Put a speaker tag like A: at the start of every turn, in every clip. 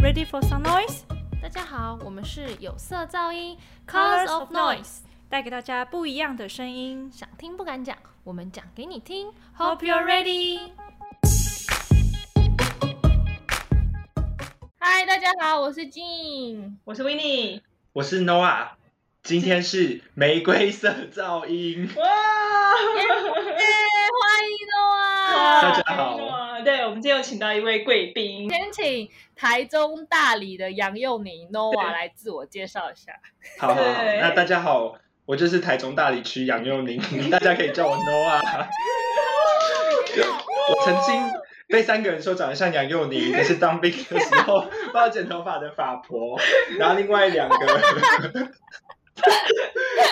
A: Ready for some noise？
B: 大家好，我们是有色噪音
A: Colours
B: （Colors
A: of
B: of
A: Noise
B: Noise），
A: 带给大家不一样的声音。
B: 想听不敢讲，我们讲给你听。
A: Hope
B: Hope
A: you're
B: you're ready。嗨，大家好，我是 Jean。
A: 我是 w i n n i。
C: 我是 Noah，今天是玫瑰色噪音
A: 哇，
B: 耶、欢迎
C: 大
B: 诺啊！
C: 家好
A: 哇对，我们今天有请到一位贵宾。
B: 先请台中大理的杨佑宁 Nova 来自我介绍一下。
C: 好好好，
A: 对
C: 那大家好，我就是台中大理区杨佑 宁，大家可以叫我 Noah。我曾经被三个人说长得像杨佑 宁，一个是当兵的时候帮我剪头发的发婆，然后另外两 个，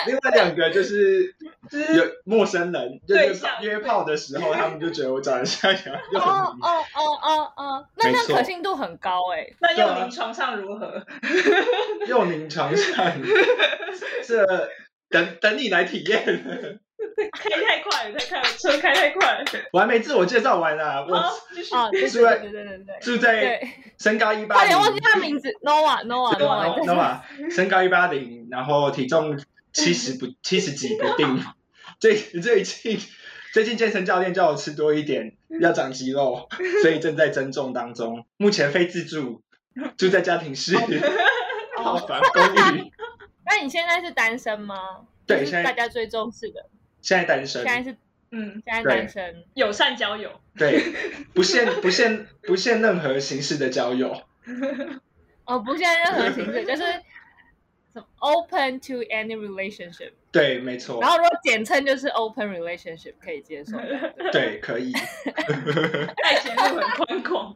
C: 另外两个就是有陌生人，就
A: 对
C: 是
A: 象
C: 约炮的时候，他们就觉得我长得像杨佑
B: 哦
C: 宁。
B: 哦哦哦哦，那
C: 没
B: 那
C: 错
B: 可信度很高哎、
A: 那幼宁床上如何？
C: 佑宁床上，这等等你来体验。
A: 开太快了，太快了，车开太快了。
C: 我还没自我介绍完啊，
A: 好
C: 我，
A: 继续。
B: 哦，对
C: 是吧
B: 对对对对对。
C: 住在
B: 对
C: 身高一八
B: 差
C: 零
B: 点忘记他名字，Nova Nova Nova，
C: ，Nova，身高一八零，然后体重七十 不七十几不定。 最最近最近健身教练叫我吃多一点，要长肌 肉，所以正在增重当中。目前非自住，住在家庭式 套房公寓。
B: 哦 那你现在是单身吗？
C: 对
B: 就是
C: 现在
B: 大家最重视的，
C: 现在单身
B: 现，在是
A: 嗯，
B: 现在
C: 对
B: 单身，
A: 友善交友。
C: 对，不限不限不限任何形式的交友。
B: 哦，不限任何形式，就是什么 open to any relationship，
C: 对，没错
B: 然，后如果简称就是 open relationship 可以接受。
C: 对，可以。
A: 爱情路很宽广。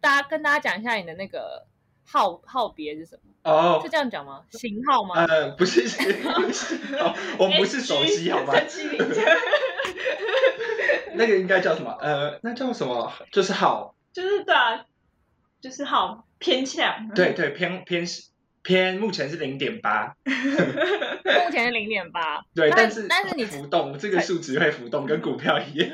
B: 大家跟大家讲一下你的那个号号别是什么？
C: 哦
B: 是，这样讲吗？型号吗？
C: 呃，不是，不是哦我们不是手机，好吗？
B: 哎
A: 三七零，
C: 那个应该叫什么？呃，那叫什么？就是好，
A: 就是对啊，就是好偏
B: 嗯
A: 向。
C: 对对，偏偏偏，目前是零点八，
B: 目前是零点八，
C: 对，
B: 那
C: 但是
B: 但是你
C: 浮动，这个数值会浮动，跟股票一样。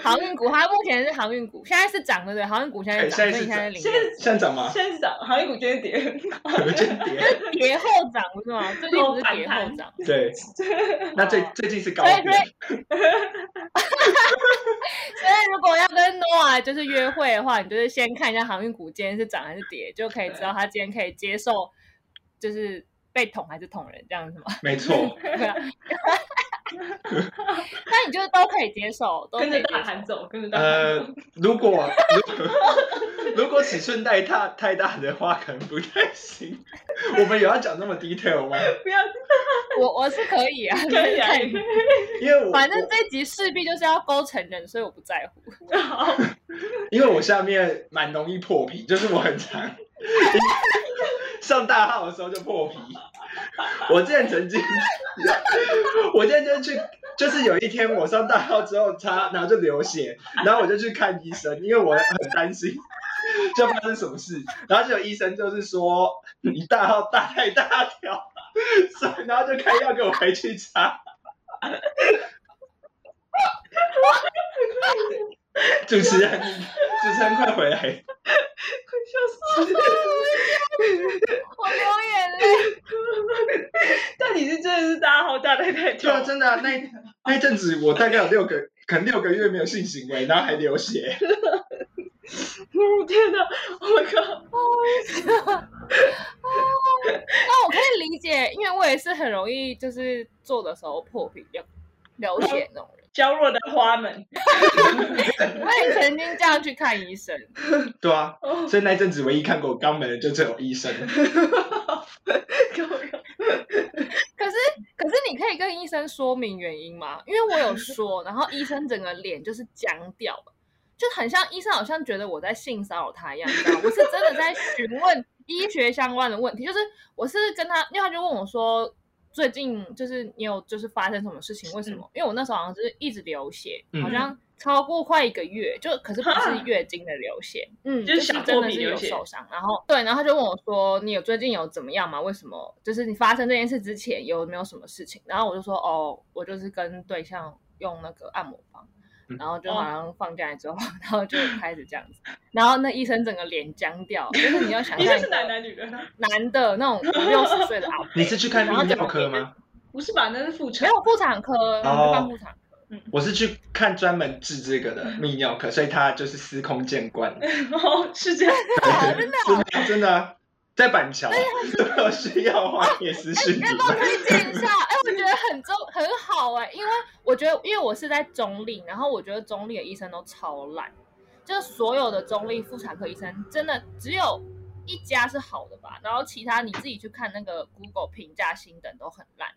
B: 航运股，它目前是航运股，现在是涨对不对？航运股现在是涨，
C: 对
B: 所以
C: 现
B: 哎现在
C: 在
B: 是零
A: 现
B: 点
A: 在
C: 现在涨 吗？
A: 现在是涨，行业股今天跌。
C: 间谍，
B: 跌后涨不是吗？最近不是跌后涨，
C: 对。那最最近是高
B: 所以所
C: 点，
B: 所以如果要跟 Noah 就是约会的话，你就是先看一下航运股今天是涨还是跌，就可以知道他今天可以接受，就是被捅还是捅人这样 子吗？
C: 没错，
B: 对啊，那你就都可以接受，都可
A: 跟
B: 以
A: 着
B: 接
A: 大
B: 受
A: 盘。走，跟着大
C: 呃
A: 盘走。，
C: 如果 如果如果尺寸太大太大的话，可能不太行。我们有要讲那么 detail 吗？
A: 不要
B: 我我是 可以啊，
A: 可以啊
B: 但是
C: 因为我
B: 反正这集势必就是要勾成人，所以我不在乎。
A: 好，
C: 因为我下面蛮容易破皮，就是我很常上大号的时候就破皮。我之前曾经，我之前就去，就是有一天我上大号之后擦，然后就流血，然后我就去看医生，因为我很担心。就发生什么事，然后就有医生就是说你大号大太大条，所以然后就开药给我回去擦。主持人，主持人快回来！
A: 快笑死！
B: 我流眼泪，
A: 到底是真的是大号大太太
C: 对啊，
A: 跳，
C: 真的、啊，那一那一阵子我大概有六个，可能六个月没有性行为，然后还流血。
A: 天哪！我靠，
B: 那我可以理解，因为我也是很容易就是做的时候破皮流流血那种 人。
A: 娇弱的花们。
B: 我也曾经这样去看医生，
C: 对啊，
A: 哦，
C: 所以那一阵子唯一看过我肛门的就只有医生。
B: 可是可是你可以跟医生说明原因吗？因为我有说，然后医生整个脸就是僵掉了，就很像医生好像觉得我在性骚扰他一样，你知道吗？我是真的在询问医学相关的问题，就是我是跟他，因为他就问我说。最近就是你有就是发生什么事情？为什么？因为我那时候好像就是一直流血，
C: 嗯
B: 好像超过快一个月，就可是不是月经的流血，嗯，
A: 就是小
B: 真
A: 波
B: 的
A: 比
B: 是
A: 流
B: 有
A: 血
B: 受伤。然后对，然后他就问我说：“你有最近有怎么样吗？为什么？就是你发生这件事之前有没有什么事情？”然后我就说：“哦，我就是跟对象用那个按摩棒。”
C: 嗯
B: 然后就好像放假之后，然后就开始这样子，然后那医生整个脸僵掉，就是你要想
A: 医
B: 象
A: 生
B: 一
A: 是
B: 个
A: 男男女的，
B: 男的那种五六十岁的阿伯，
C: 你是去看泌尿科吗？
A: 不是吧？那是妇
B: 没
A: 产，
B: 有妇产科，我去看妇产科，
C: 我是去看专门治这个的泌尿科，所以他就是司空见惯。
A: 哦，是这样。
B: 哦真的
C: 真的啊真的啊，在板桥有 需啊要的话也私讯
B: 要不要
C: 你。
B: 推荐一下？哎，我觉得很中很好哎、因为我觉得，因为我是在中立，然后我觉得中立的医生都超烂，就是所有的中立妇产科医生真的只有一家是好的吧，然后其他你自己去看那个 Google 评价星等都很烂。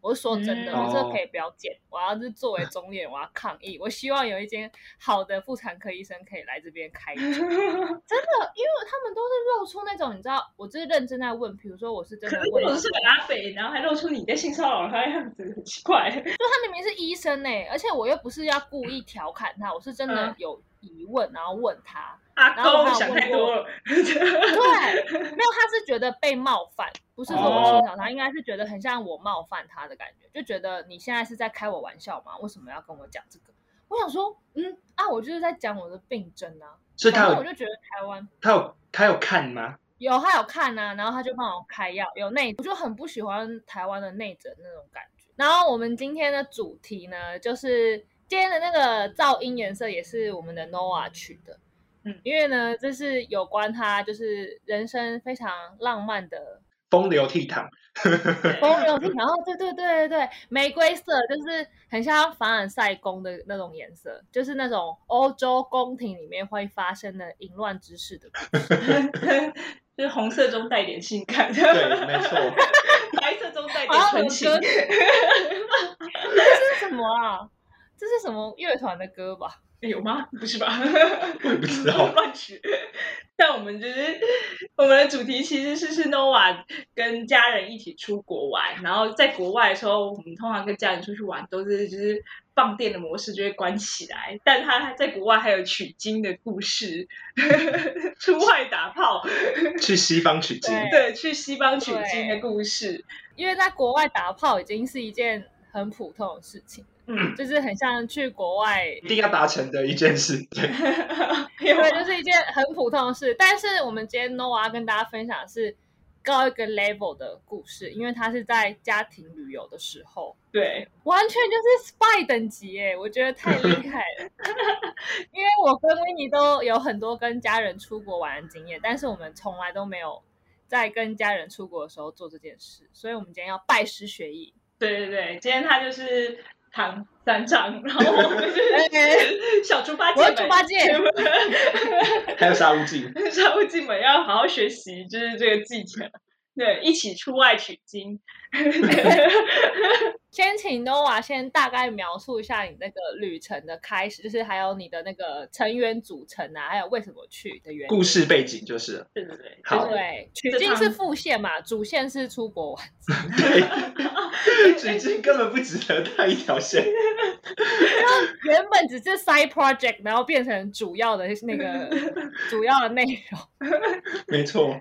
B: 我是说真的，
A: 嗯
B: 我这个可以不要剪。我要是作为中立人，我要抗议。我希望有一间好的妇产科医生可以来这边 开诊真的，因为他们都是露出那种，你知道，我就是认真在问，比如说我是真
A: 可
B: 的
A: 是
B: 问
A: 这种是很阿肥，然后还露出你在性骚扰他的样子，很奇怪。
B: 他明明是医生呢、欸而且我又不是要故意调侃他，我是真的
A: 嗯
B: 有疑问，然后问他。
A: 阿
B: 然后还
A: 公
B: 有
A: 想
B: 问
A: 太
B: 过
A: 多了，
B: 对，没有，他是觉得被冒犯，不是说我欣赏他，应该是觉得很像我冒犯他的感觉，就觉得你现在是在开我玩笑吗？为什么要跟我讲这个？我想说，嗯啊，我就是在讲我的病症啊。
C: 所以他
B: 然后我
C: 有
B: 就觉得台湾
C: 他有他有看吗？
B: 有他有看啊，然后他就帮我开药，有内，我就很不喜欢台湾的内诊那种感觉。然后我们今天的主题呢，就是今天的那个噪音颜色也是我们的 Nova 取的，
A: 嗯
B: 因为呢，这是有关他就是人生非常浪漫的
C: 风流倜傥，
B: 风流倜傥，哦，对对对对对，玫瑰色就是很像凡尔赛宫的那种颜色，就是那种欧洲宫廷里面会发生的淫乱之事的
A: 就是红色中带点性感，
C: 对，没错，
A: 白色中带
B: 好
A: 点
B: 像
A: 纯
B: 有 歌
A: 情。
B: 这是什么啊？这是什么乐团的歌吧？
A: 有吗？不是 吧？
C: 我也不知道。
A: 乱取。但我们就是我们的主题其实是是 Nova 跟家人一起出国玩，然后在国外的时候，我们通常跟家人出去玩都是就是放电的模式就会关起来，但他在国外还有取经的故事， 出外打炮，
C: 去西方取经，
B: 对
A: 对，去西方取经的故事，
B: 因为在国外打炮已经是一件很普通的事情，
A: 嗯，
B: 就是很像去国 外，
C: 一定要达成的一件事。对，
A: 有啊
B: 对，就是一件很普通的事。但是我们今天 Nova 要跟大家分享的是高一个 level 的故事，因为它是在家庭旅游的时候。
A: 对，
B: 完全就是 spy 等级耶，我觉得太厉害了。因为我跟维尼都有很多跟家人出国玩的经验，但是我们从来都没有在跟家人出国的时候做这件事，所以我们今天要拜师学艺。
A: 对对对，今天他就是唐三藏，然后我们就是 小猪八戒
B: 哎我
A: 们，
B: 是猪八戒
C: 还有沙悟净，
A: 稍微进门要好好学习，就是这个技巧。对，一起出外取经。
B: 先请 Nova 先大概描述一下你那个旅程的开始，就是还有你的那个成员组成啊，还有为什么去的原因。
C: 故事背景就是了
A: 对对对，
C: 好
B: 对，取
A: 这
B: 经
A: 趟
B: 是副线嘛，主线是出国玩。
C: 对，取经根本不值得带一条线。
B: 原本只是 side project，然后变成主要的那个主要的内容。
C: 没错。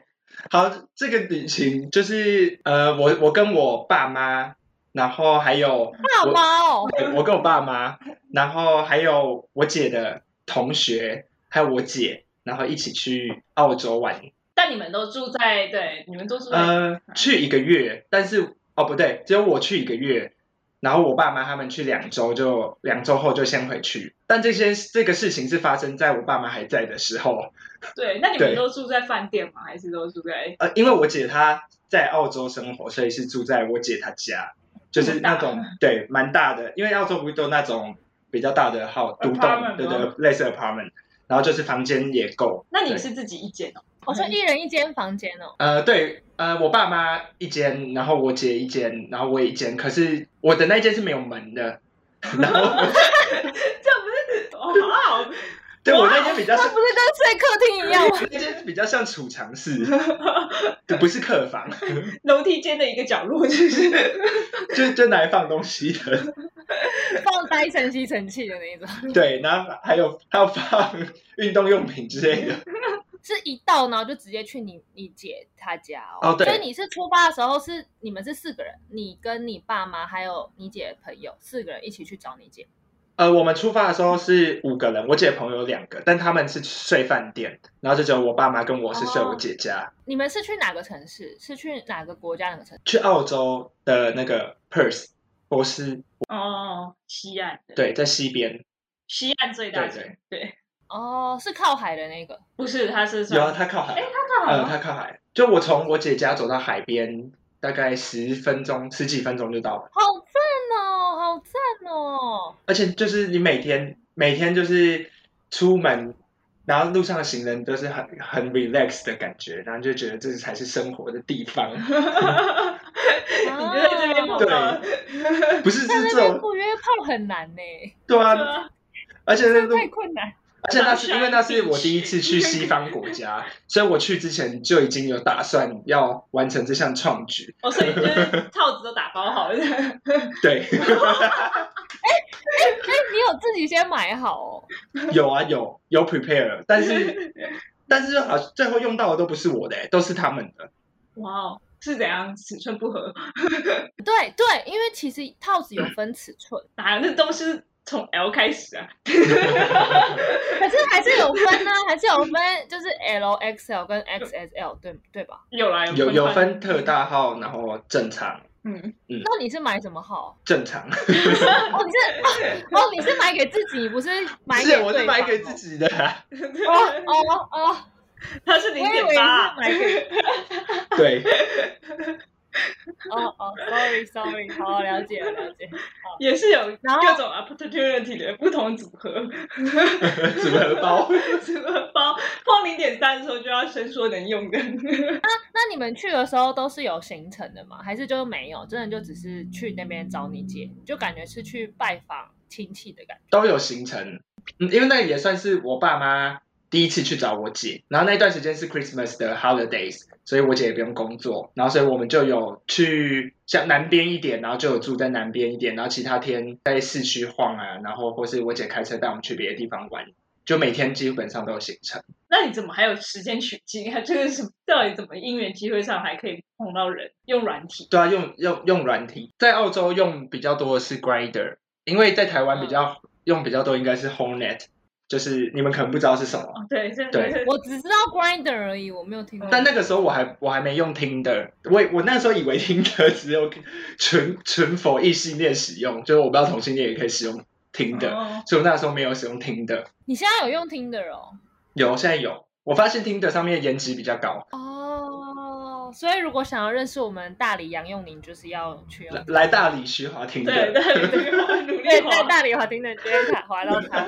C: 好，这个旅行就是呃，我我跟我爸妈，然后还有
B: 大
C: 我
B: 猫哦，
C: 对我跟我爸妈，然后还有我姐的同学，还有我姐，然后一起去澳洲玩，
A: 但你们都住在对，你们都住在、
C: 呃，去一个月，但是哦不对，只有我去一个月，然后我爸妈他们去两周就，两周后就先回去。但这些这个事情是发生在我爸妈还在的时候，
A: 对，那你
C: 对
A: 们都住在饭店吗？还是都住在
C: 呃，因为我姐她在澳洲生活，所以是住在我姐她家，就是那种对蛮大的，因为澳洲不是都那种比较大的号独栋，
A: Apartment
C: 对对
A: 吗，
C: 类似 apartment，然后就是房间也够。
A: 那你
C: 对
A: 是自己一间哦？
B: 我说一人一间房间哦，
C: 呃，对，呃，我爸妈一间，然后我姐一间，然后我也一间，可是我的那间是没有门的，然后
A: 这样不是哦，哇哦，
C: 对我那间比较
B: 它
C: 像
B: 不，是跟睡客厅 一样吗？
C: 我那间比较像储藏 室，就不是客房，
A: 楼梯间的一个角落，就是
C: 就就拿来放东西的，
B: 放呆神吸尘器的那一种，
C: 对，然后还有还有放运动用品之类的，
B: 是一到然后就直接去你你姐她家哦。
C: 哦对
B: 所以你是出发的时候是你们是四个人，你跟你爸妈还有你姐的朋友四个人一起去找你姐。
C: 呃，我们出发的时候是五个人，我姐朋友有两个，但他们是睡饭店，然后就只有我爸妈跟我是
B: 哦
C: 睡我姐家。
B: 你们是去哪个城市？是去哪个国家？哪个城市？
C: 去澳洲的那个 Perth 波斯，
A: 哦，西岸的，
C: 对，在西边，
A: 西岸最大
C: 对
A: 城，对，
B: 哦，是靠海的那个。
A: 不是，它是
C: 有啊，
A: 算，
C: 它靠海
A: 哎，
C: 啊，
A: 它
C: 呃，
A: 刚好
C: 它靠海。就我从我姐家走到海边，大概十分钟、十几分钟就到了。
B: 好赞哦，好赞 哦！
C: 而且就是你每天每天就是出门，然后路上的行人都是很很 relax 的感觉，然后就觉得这才是生活的地 方，
A: 你就在这边碰
B: 啊
A: 到了，
C: 不是
B: 在
C: 是
B: 那
C: 这
B: 边
C: 种
B: 不约炮很难呢、
C: 对
A: 对
C: 啊，
A: 啊
C: 而且那
B: 这
C: 路
B: 太困难。
C: 而且那是因为那是我第一次去西方国家， 所以我去之前就已经有打算要完成这项创举，
A: 哦，所以就是套子都打包好了，
C: 对，
B: 哎、你有自己先买好哦。
C: 有啊有有 prepare，但 是。但是好，最后用到的都不是我的、欸都是他们的。
A: 哇哦，是怎样尺寸不合？
B: 对对，因为其实套子有分尺寸，
A: 哪那都是从 L 开始啊？
B: 可是还是有分呢、 还是有分，就是 L、XL 跟 XSL，对对吧？
A: 有啦，
C: 有有
A: 分
C: 分
B: 嗯
C: 特大号，然后正常
A: 款，嗯，
B: 那你是买什么号？
C: 正常。
B: 哦，你是哦，你是买给自己，不是买给
C: 是，我是
B: 对
C: 买
B: 方
C: 给
B: 哦
C: 自己的啊、
B: 哦哦哦，
A: 它是
B: 我
A: 零
B: 以为
A: 点
B: 你是
A: 八，啊
B: 买给
C: 对，
B: 哦哦，sorry sorry，好了解了了解。
A: 也是有
B: 然后
A: 各种 opportunity 的不同组合，
C: 组合包。
A: 组合包碰零点三的时候就要伸缩能用的。
B: 那你们去的时候都是有行程的吗？还是就没有？真的就只是去那边找你姐，就感觉是去拜访亲戚的感觉。
C: 都有行程，嗯，因为那也算是我爸妈第一次去找我姐，然后那段时间是 Christmas 的 holidays，所以我姐也不用工作，然后所以我们就有去像南边一点，然后就有住在南边一点，然后其他天在市区晃啊，然后或是我姐开车带我们去别的地方玩，就每天基本上都有行程。
A: 那你怎么还有时间取经啊？这个是到底怎么因缘机会上还可以碰到人用软体？
C: 对啊，用用用软体，在澳洲用比较多的是 Grinder，因为在台湾比较、用比较多应该是 Hornet，就是你们可能不知道是什么。
A: 哦，对，这
C: 对
A: 这
B: 我只知道 Grinder 而已，我没有听过。
C: 但那个时候我还我还没用 Tinder，我也我那时候以为 Tinder 只有纯纯否异性恋使用，就是我不知道同性恋也可以使用 Tinder，、
A: 哦
C: 所以我那时候没有使用 Tinder。
B: 你现在有用 Tinder 哦？
C: 有，现在有，我发现 Tinder 上面的颜值比较高，
B: 哦，所以如果想要认识我们大理杨佑宁，就是要去用
C: 来来大理徐华 Tinder。
A: 对对，努力
B: 对， 在
A: 滑，
B: 大理滑停的接卡滑到他。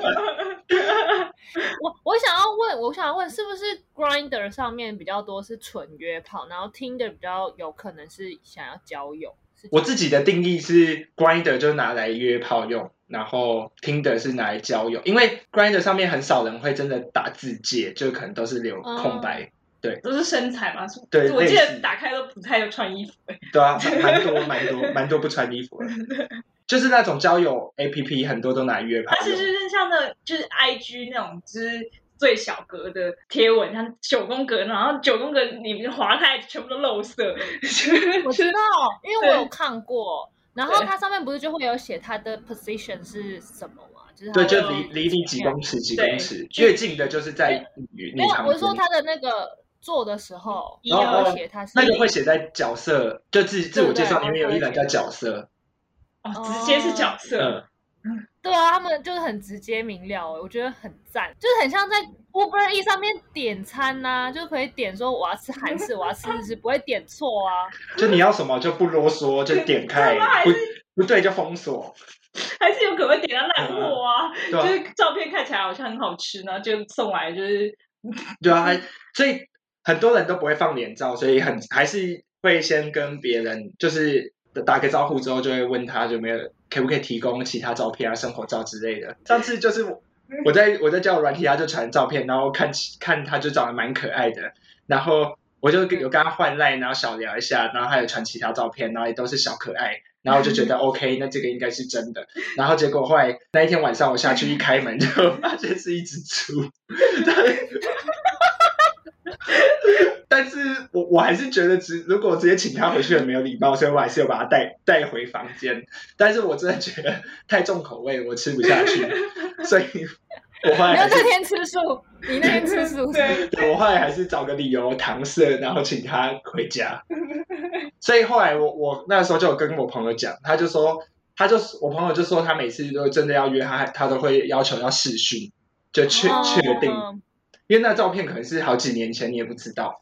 B: 我我想要问，我想要问，是不是 Grinder 上面比较多是纯约炮，然后听的比较有可能是想要交友？是
C: 我自己的定义是，Grinder 就拿来约炮用，然后 Tinder 是拿来交友，因为 Grinder 上面很少人会真的打字界，就可能都是留空白，
A: 哦都是身材嘛。是
C: 对
A: 我记
C: 类
A: 得
C: 似
A: 打开都不太穿衣服。
C: 对啊，蛮多蛮多蛮多不穿衣服的，就是那种交友 A P P 很多都拿来约炮
A: 它是就
C: 用，
A: 是像那就是 I G 那种，就是最小格的贴文，像九宫格，然后九宫格里面划开全部都露色，
B: 我
A: 就是
B: 知道，因为
A: 对
B: 我有看过，然后它上面不是就会有写它的 position 是什么吗？就是它
C: 对，
B: 会
C: 就
A: 哦
C: 离离你几公尺几
A: 对
C: 公尺，
A: 距
C: 越近的就是在你
B: 没
C: 你
B: 有，
C: 旁
B: 我是说
C: 边，
B: 它的那个做的时候，
A: 一
B: 它
C: 二
B: 会写它是
C: 那个会写在角色，就自自我介绍里面有一栏
B: 对对
C: 叫角色，
A: 哦，直接是角色，
C: 嗯，
B: 对啊，他们就是很直接明了，欸我觉得很赞，就是很像在 Uber E 上面点餐呐、就可以点说我要吃韩式，我要吃日式，不会点 错啊。
C: 就你要什么就不啰嗦，就点开
A: 对啊，还
C: 不
A: 是
C: 不对就封锁，
A: 还是有可能会点到烂货啊，
C: 对
A: 就
C: 啊
A: 是照片看起来好像很好吃，然后就送来就是
C: 对啊，还所以很多人都不会放脸照，所以很还是会先跟别人就是打个招呼之后，就会问他有没有可不可以提供其他照片啊、生活照之类的。上次就是我我在我在叫软体，他就传照片，然后看看他就长得蛮可爱的，然后我就有跟他换赖，然后小聊一下，然后他有传其他照片，然后也都是小可爱。然后我就觉得 OK，那这个应该是真的。然后结果后来那一天晚上我下去一开门，就 发现是一只猪。但是我我还是觉得直如果直接请他回去很没有礼貌，所以我还是有把他带带回房间。但是我真的觉得太重口味，我吃不下去，所以我后来
B: 你要
C: 还是
B: 那天吃素，你那天吃素是
A: 对，
C: 对我后来还是找个理由搪塞，然后请他回家。所以后来我我那时候就有跟我朋友讲，他就说，他就我朋友就说，他每次都真的要约他，他都会要求要视讯，就确
A: 哦
C: 确定，因为那照片可能是好几年前，你也不知道。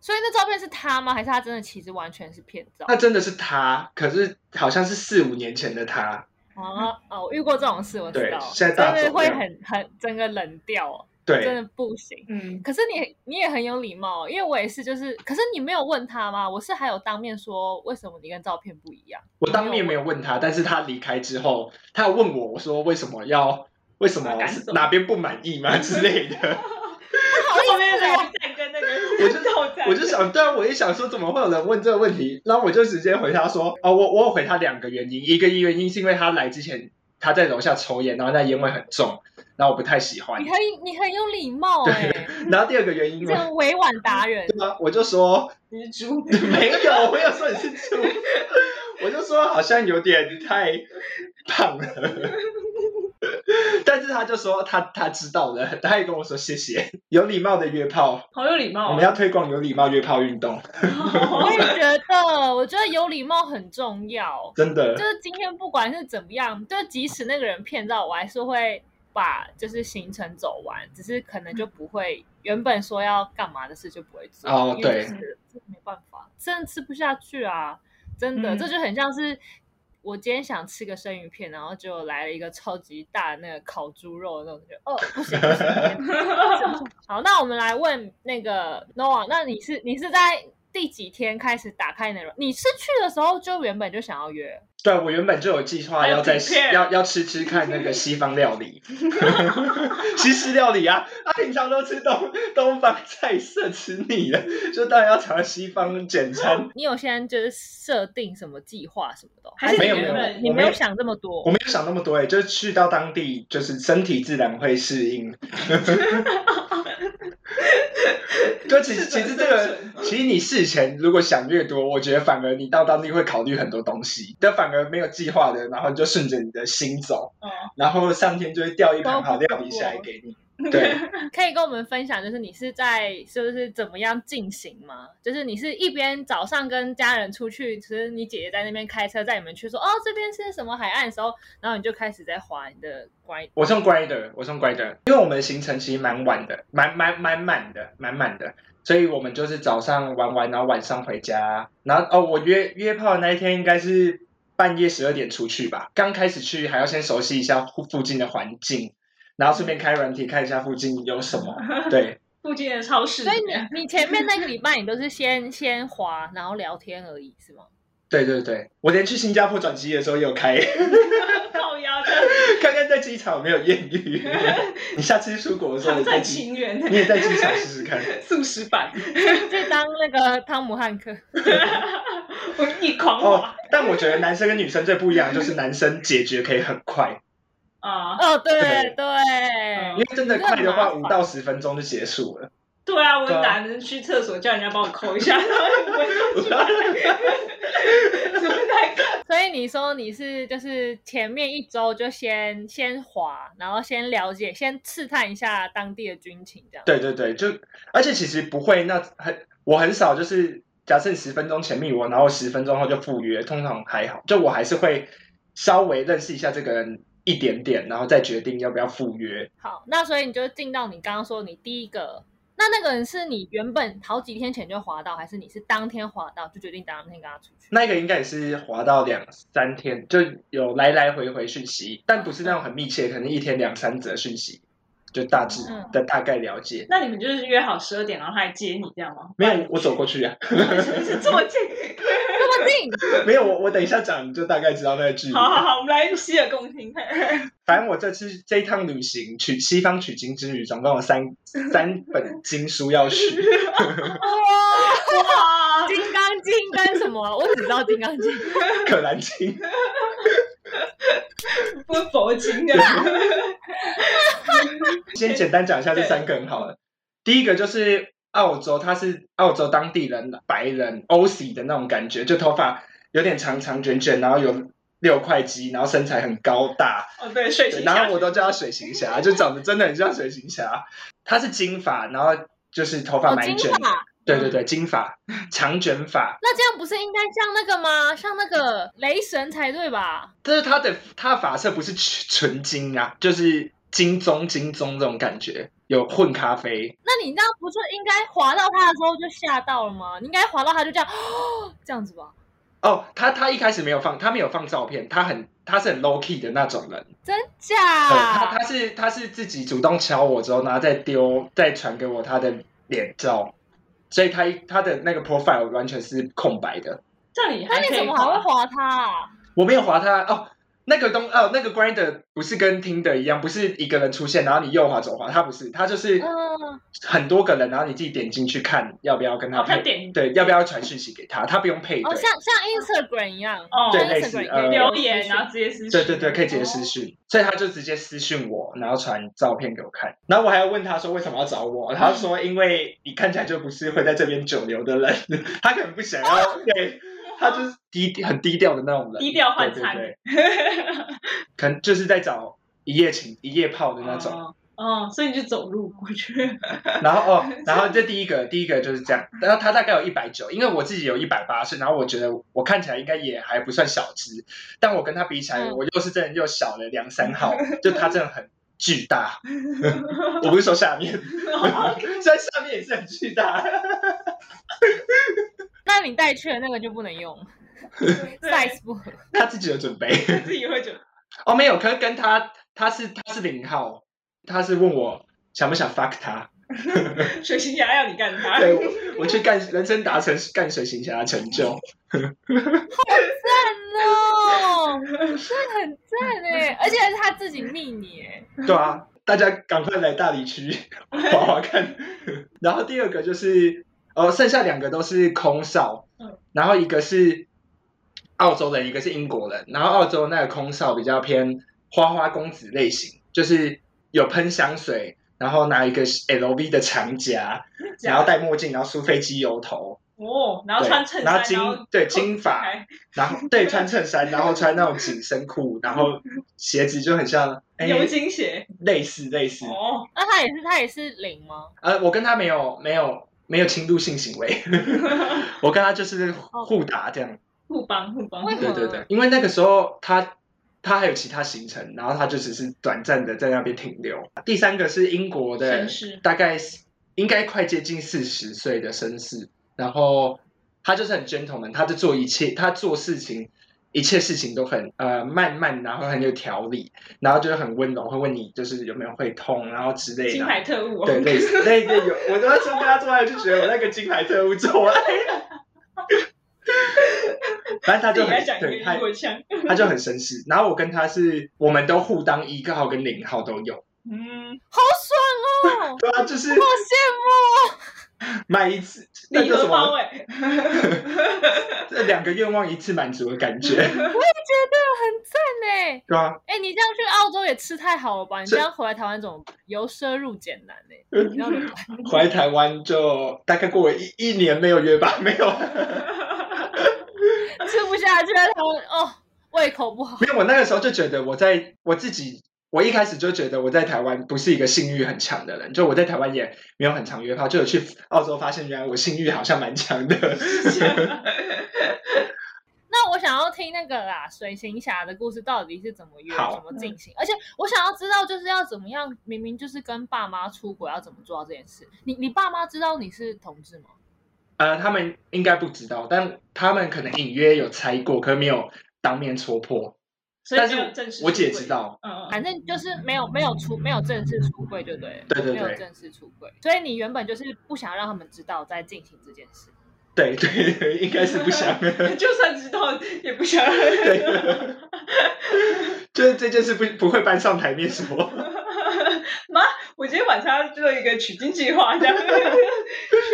B: 所以那照片是他吗？还是他真的其实完全是骗照？
C: 那真的是他，可是好像是四五年前的他。
B: 啊哦，我遇过这种事，我知
C: 对
B: 道，
C: 现在大
B: 真的
C: 走
B: 会
C: 样
B: 很很整个冷掉哦，真
C: 对，
B: 的不行。
A: 嗯，
B: 可是你你也很有礼貌哦，因为我也是，就是可是你没有问他吗？我是还有当面说为什么你跟照片不一样，
C: 我当面没有问他，但是他离开之后，他有问我，我说为什么要为什么
A: 把他赶走
C: 哪边不满意吗之类的。
A: 后面那个站跟那个
C: 我
A: 是
C: 就
A: 后站，
C: 我就想，对啊，我也想说，怎么会有人问这个问题？然后我就直接回他说，哦，我我有回他两个原因，一个原因是因为他来之前他在楼下抽烟，然后那烟味很重，然后我不太喜欢
B: 你。很你很有礼貌哎、
C: 然后第二个原因
B: 你
C: 我，
B: 这
C: 对
B: 个委婉达人，
C: 吧？我就说
A: 你是猪，
C: 没有，我没有说你是猪， 我就说好像有点太胖了。但是他就说他他知道了，他也跟我说谢谢，有礼貌的约炮，
A: 好有礼
C: 我
A: 貌
C: 们要推广有礼貌约炮运动，
B: 我
A: 哦，
B: 也觉得，我觉得有礼貌很重要。
C: 真的
B: 就。是今天不管是怎么样，就即使那个人骗到，我还是会把就是行程走完，只是可能就不会原本说要干嘛的事就不会做。
C: 哦
B: 因为
C: 对
B: 就是这没办法，真的吃不下去啊，真的，
A: 嗯
B: 这就很像是。我今天想吃个生鱼片，然后就来了一个超级大的那个烤猪肉的那种，就哦不行不行，不行 好，那我们来问那个 Noah，那你是你是在第几天开始打开你的软？你是去的时候就原本就想要约？
C: 对，我原本就有计划
A: 还有
C: 要在
A: 底片
C: 要要吃吃看那个西方料理， 西式料理啊，他、平常都吃东东方菜色，吃腻了，就当然要尝西方简餐。
B: 你有现在就是设定什么计划什么的哦？
A: 还是
C: 没有
A: 你
C: 没有
A: 原
C: 我
A: 本
B: 你
C: 没
B: 没有
C: 有
B: 想这么多
C: 我？没有想那么多哎、就是去到当地，就是身体自然会适应。就其实其实这个，其实你事前如果想越多，我觉得反而你到当地会考虑很多东西，但反而没有计划的，然后你就顺着你的心走，
A: 哦
C: 然后上天就会掉一盘好料理下来给你。对，
B: 可以跟我们分享，就是你是在就是怎么样进行吗？就是你是一边早上跟家人出去，其实你姐姐在那边开车载你们去说哦这边是什么海岸的时候，然后你就开始在划你的关。
C: 我送乖的，我送乖的，因为我们的行程其实蛮晚的，蛮蛮蛮满的，蛮满的，所以我们就是早上玩完，然后晚上回家，然后哦，我约约炮的那一天应该是半夜十二点出去吧，刚开始去还要先熟悉一下附附近的环境，然后顺便开软体看一下附近有什么，对，
A: 附近的超市
B: 所
A: 怎
B: 以
A: 么样，
B: 你你前面那个礼拜你都是先先滑，然后聊天而已，是吗？
C: 对对对，我连去新加坡转机的时候也有开，
A: 靠腰的
C: 看看在机场有没有艳遇，你下次出国的时候
A: 常
C: 你在
A: 在
C: 机，
A: 情缘，
C: 你也在机场试试看。
A: 素食版，
B: 就当那个汤姆汉克。
A: 我一狂
C: 哦
A: 滑，
C: 但我觉得男生跟女生最不一样，就是男生解决可以很快，
A: 啊，
B: 哦，对
C: 对
B: 对，
C: 因为真的快的
B: 那
C: 话，
B: 很麻烦
C: 五到十分钟就结束了。
A: 对啊，我
C: 对啊
A: 懒得去厕所叫人家帮我抠一下， 然后我就出来，怎么来看？
B: 所以你说你是就是前面一周就先先滑，然后先了解，先试探一下当地的军情，这样。
C: 对对对，就而且其实不会，那很我很少就是假设你十分钟前密我，然后十分钟后就赴约，通常还好，就我还是会稍微认识一下这个人一点点，然后再决定要不要赴约。
B: 好，那所以你就进到你刚刚说你第一个，那那个人是你原本好几天前就滑到，还是你是当天滑到就决定当天跟他出去？
C: 那个应该也是滑到两三天，就有来来回回讯息，但不是那种很密切，可能一天两三则讯息，就大致
B: 嗯
C: 的大概了解。
A: 那你们就是约好十二点，然后他来接你，这样吗？
C: 没有，我走过去啊。
A: 是这么近。
B: 这么近，
C: 没有，我我等一下讲，你就大概知道那个距离。
A: 好好好，我们来洗耳恭听。
C: 反正我这次这一趟旅行取西方取经之旅，总共有 三三本经书要学。
B: 哇！
A: 哇，
B: 金刚经跟什么啊？我只知道金刚 经。
C: 可兰经，
A: 不是佛啊经的，
C: 先简单讲一下这三个很好了。第一个就是澳洲，他是澳洲当地人，白人 o c 的那种感觉，就头发有点长长卷卷，然后有六块肌，然后身材很高大，
A: 哦，对，睡
C: 对
A: 醒
C: 然后我都叫他水行侠，就长得真的很像水行侠。他是金发，然后就是头发
B: 哦，
C: 蛮
B: 金
C: 卷的，
B: 发。
C: 对对对，金发，长卷发，
B: 那这样不是应该像那个吗？像那个雷神才对吧？
C: 但是他的他的发色不是纯金啊，就是金棕金棕这种感觉，有混咖啡。
B: 那你那不是应该滑到他的时候就吓到了吗？你应该滑到他就这样， 这样子吧？
C: 哦，他他一开始没有放，他没有放照片，他很他是很 low key 的那种人，
B: 真
C: 对他
B: 假？
C: 他是他是自己主动敲我之后，然后再丢再传给我他的脸照，所以他他的那个 profile 完全是空白的。
A: 这里
B: 那
A: 还
B: 你
A: 可
B: 怎
A: 以
B: 么还会
A: 滑，
B: 滑他、啊？
C: 我没有划他哦，那个东哦，那个 Grinder 不是跟 Tinder 一样，不是一个人出现，然后你右滑左滑，他不是，他就是
B: 嗯
C: 很多个人，然后你自己点进去看要不要跟他
A: 哦，他
C: 配，
A: 点
C: 对，要不要传讯息给他，他不用配
B: 哦，
C: 对，
B: 像像 Instagram 一样，
A: 哦，
C: 对
B: 像
C: 类似
B: Instagram
C: 呃
B: 一
A: 留
B: 样
A: 言，然后直接私信，
C: 对对对，可以直接私讯，所以他就直接私讯我，然后传照片给我看，然后我还要问他说为什么要找我，他说
A: 嗯
C: 因为你看起来就不是会在这边久留的人， 他可能不想要，对，他就是低很低调的那种人，
A: 哦低调换
C: 对
A: 餐
C: 对对可能就是在找一夜情、一夜泡的那种。
A: 哦哦，所以你就走路过去，
C: 然后哦，然后这第一个，第一个就是这样。然后他大概有一百九，因为我自己有一百八十，然后我觉得我看起来应该也还不算小只，但我跟他比起来，
B: 嗯
C: 我又是真的又小了两三号，就他真的很巨大。我不是说下面， 虽然下面也是很巨大，
B: 那你带去的那个就不能用
A: 对，
B: ，size 不合。
C: 他自己有准备。
A: 自己会觉得
C: 哦，没有，可是跟他他是他是零号，他是问我想不想 fuck 他。
A: 水星侠要你干他，
C: 对，我我去干人生达成干水行侠的成就。
B: 赞哦， 这很赞哎，而且是他自己密你哎，
C: 对啊，大家赶快来大理区滑滑看。 然后第二个就是，呃，剩下两个都是空少，
A: 嗯
C: 然后一个是澳洲人，一个是英国人。然后澳洲那个空少比较偏花花公子类型，就是有喷香水，然后拿一个 LV 的长夹，然后戴墨镜，然后苏菲机油头，
A: 哦，然后
C: 对
A: 穿衬
C: 然
A: 衫
C: 后，金
A: 然后哎
C: 对金发，
A: 开
C: 然后对穿衬衫，然后穿那种紧身裤，然后鞋子就很像哎
A: 牛津鞋，
C: 类似类似，
A: 哦，
B: 那他也是他也是零吗？
C: 呃，我跟他没有没有没有侵入性行 为，我跟他就是
A: 哦
C: 互打这样。
A: 互帮互帮，
B: 为什
C: 对
B: 么
C: 对对，因为那个时候他他还有其他行程，然后他就只是短暂的在那边停留。第三个是英国的
A: 绅士，
C: 大概是应该快接近四十岁的绅士，然后他就是很 gentleman，他就做一切，他做事情。一切事情都很呃慢慢，然后很有条理，然后就是很温柔，会问你就是有没有会痛，然后之类的。
A: 金牌特务哦，
C: 对，类似类似有，我那时候跟他做爱就觉得我那个金牌特务做 爱，反正他就
A: 自己来
C: 很
A: 讲一个
C: 对他
A: 英国腔，
C: 他就很绅士，然后我跟他是我们都互当一个号跟零号都有，
A: 嗯，
B: 好爽哦，
C: 对啊，就是
B: 好羡慕哦。
C: 买一次，那
A: 礼
C: 叫什
A: 盒包
C: 么？
A: 哎，
C: 这两个愿望一次满足的感觉，
B: 我觉得很赞呢。
C: 对啊，
B: 哎、你这样去澳洲也吃太好了吧？你
C: 这
B: 这样回来台湾怎么办由奢入俭难呢？你要怎么办？
C: 回来台湾就大概过了一一年没有约吧，没有，啊
B: 吃不下去了，台湾哦，胃口不好。
C: 没有，我那个时候就觉得我在我自己，我一开始就觉得我在台湾不是一个性欲很强的人，就我在台湾也没有很常约炮，就有去澳洲发现原来我性欲好像蛮强的。
B: 那我想要听那个啦，水行侠的故事到底是怎么约、
C: 好
B: 怎么进行，而且我想要知道就是要怎么样，明明就是跟爸妈出国要怎么做到这件事。你你爸妈知道你是同志吗？
C: 呃，他们应该不知道，但他们可能隐约有猜过，可没有当面戳破。
A: 所以
C: 但
A: 没有正
C: 是
A: 式
C: 我
A: 出
C: 姐
A: 轨
C: 知，道，
A: 嗯嗯，
B: 反正就是没有没有出没有正式出柜，对不对？
C: 对对对
B: 没有正式出柜，所以你原本就是不想让他们知道在进行这件事。
C: 对 对对，应该是不 想。
A: 嗯就算知道也不想，
C: 对， 就是这件事不不会搬上台面说。
A: 我今天晚上要做一个取经计划，这样 需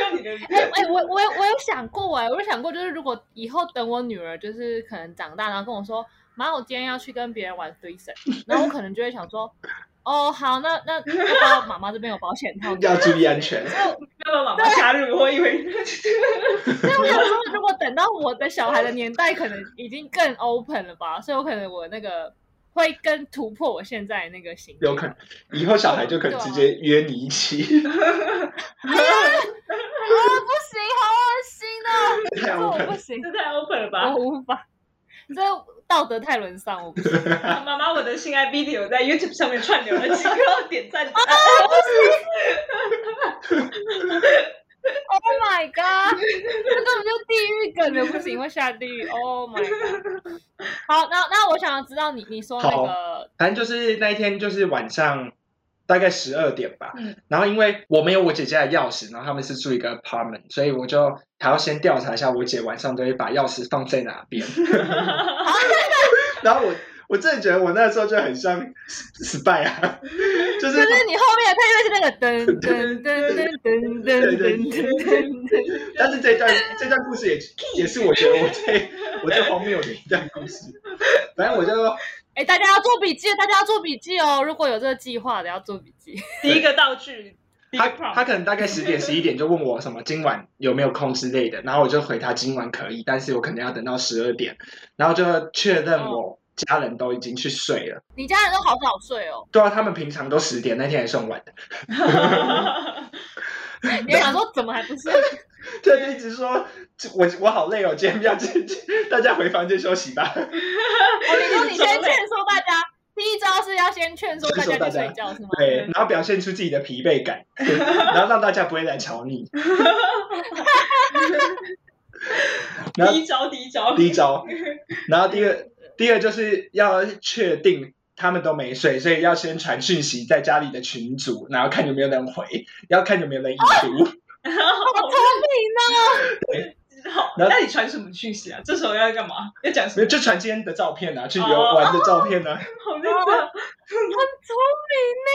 A: 要你的
B: 哎、哎、我我有我有想过哎、我有想过，就是如果以后等我女儿就是可能长大，然后跟我说，妈，我今天要去跟别人玩 threesome，然后我可能就会想说，哦，好，那那要不要妈妈这边有保险套？
C: 要注意安全，
B: 没
A: 爸爸妈妈加入，我以为
B: 但我想说，如果等到我的小孩的年代，可能已经更 open 了吧，所以我可能我那个会更突破我现在那个行为。
C: 有可能以后小孩就
A: 啊
C: 可能直接约你一起，
B: 啊，不行，好恶
C: 太
B: 心哦！这 我
C: open
B: 不
C: 了。
B: 行，
A: 这太 open 了吧
B: 我？无法， 这道德太沦丧，我不行。
A: 妈妈，我的性爱 B 有在 YouTube 上面串流了几个点 赞，
B: Oh my god！这根本就地狱梗的，不行，会下地狱。Oh my god！好，那那我想要知道你你说那个
C: 反正就是那一天就是晚上大概十二点吧，
A: 嗯
C: 然后因为我没有我姐姐的钥匙，然后他们是住一个 apartment，所以我就还要先调查一下我姐晚上都会把钥匙放在哪边。然后我我真的觉得我那时候就很像 spy 啊，就
B: 就是是你后面的配乐是那个噔噔噔噔噔噔噔噔，
C: 但是这段这段故事也也是我觉得我最我最荒谬的一段故事。反正我就
B: 哎，大家要做笔记，大家要做笔记哦。如果有这个计划的，要做笔记。
A: 第一个道具，第一个
C: 他
A: prompt
C: 他可能大概十点十一点就问我什么今晚有没有空之类的，然后我就回他今晚可以，但是我可能要等到十二点，然后就确认我家人都已经去睡了。
B: 你家人都好早睡哦，
C: 对啊，他们平常都十点，那天还算晚的。
B: 你还想说怎么还不睡？哦
C: 他就一直说这我我好累哦，今天不要进去， 大家回房间休息吧。
B: 我跟你说，你先劝说大家，第一招是要先劝说大家去睡觉，是吗？
C: 对，然后表现出自己的疲惫感，然后让大家不会来吵你。然后
A: 第一招，第一招，
C: 第一招，然后第二，第二就是要确定他们都没睡，所以要先传讯息在家里的群组，然后看有没有人回，要看有没有人已读。
B: 好聪明哦！
A: 好，
C: 然后
A: 那你传什么讯息啊？这时候要干嘛？要讲什
C: 没
A: 么
C: 有？就传今天的照片啊，去游
A: 哦
C: 玩的照片啊，
A: 好认真，
B: 很聪明呢，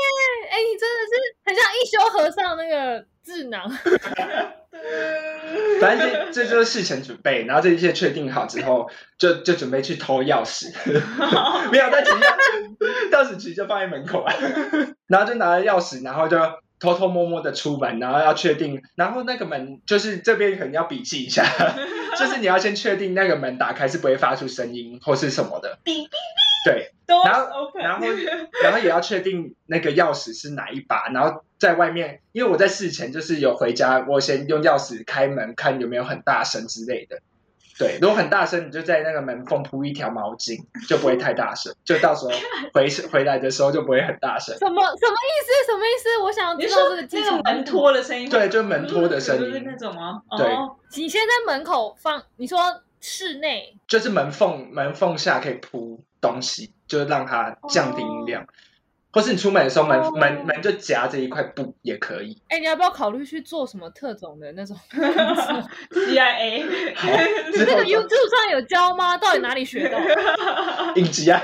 B: 哎，你真的是很像一休和尚那个智囊，
A: 嗯
C: 反正这 这就是事前准备。然后这一切确定好之后，就就准备去偷钥匙， 没有，但其实钥匙其实就放在门口啊， 然后就拿着钥匙，然后就。偷偷摸摸的出门，然后要确定，然后那个门就是这边可能要笔记一下， 就是你要先确定那个门打开是不会发出声音或是什么的，
A: 哔哔
C: 对，
A: 都
C: 然后
A: open，
C: 然后然后也要确定那个钥匙是哪一把，然后在外面，因为我在事前就是有回家，我先用钥匙开门看有没有很大声之类的。对，如果很大声，你就在那个门缝铺一条毛巾，就不会太大 声，就到时候回回来的时候就不会很大声。
B: 什么什么意思？什么意思？我想要
A: 你
B: 知
A: 是
B: 道
A: 说
B: 这个技
A: 那
B: 巧
A: 个。门托的声音，
C: 对，就门托的声
A: 就是
C: 音
A: 那，种吗？
C: 对
A: 哦，
B: 你先在门口放，你说室内
C: 就是门缝门缝下可以铺东西，就是让它降低音
A: 哦
C: 量。或是你出门的时候，门、
B: 哦
C: 门门就夹着一块布也可以。
B: 哎、你要不要考虑去做什么特种的那种？
A: CIA，
C: 好，
B: 那
C: 之
B: 个
C: 后
B: YouTube 上有教吗？到底哪里 学到？
C: 影集啊，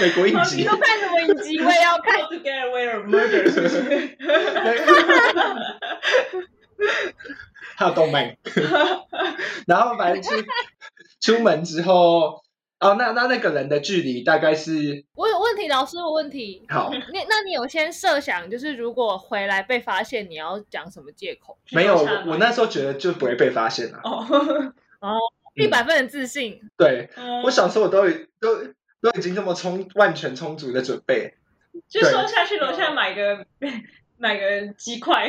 C: 美国影
B: 你
C: 集。
B: 都看什么影集？我也要看。
A: How to get away with murder 是不是？
C: 还有动漫，然后反正出出门之后，哦，那那那个人的距离大概是
B: 我有问题，老师，我有问题。
C: 好，
B: 你那你有先设想，就是如果回来被发现，你要讲什么借口？
C: 没有，
A: 去搜查
C: 我
A: 吗
C: 我那时候觉得就不会被发现了、啊
A: 哦，
B: 一百分的自信，
C: 对，
A: 嗯
C: 我想说我都已都都已经这么充万全充足的准备，
A: 就说下去楼下买个买个鸡块，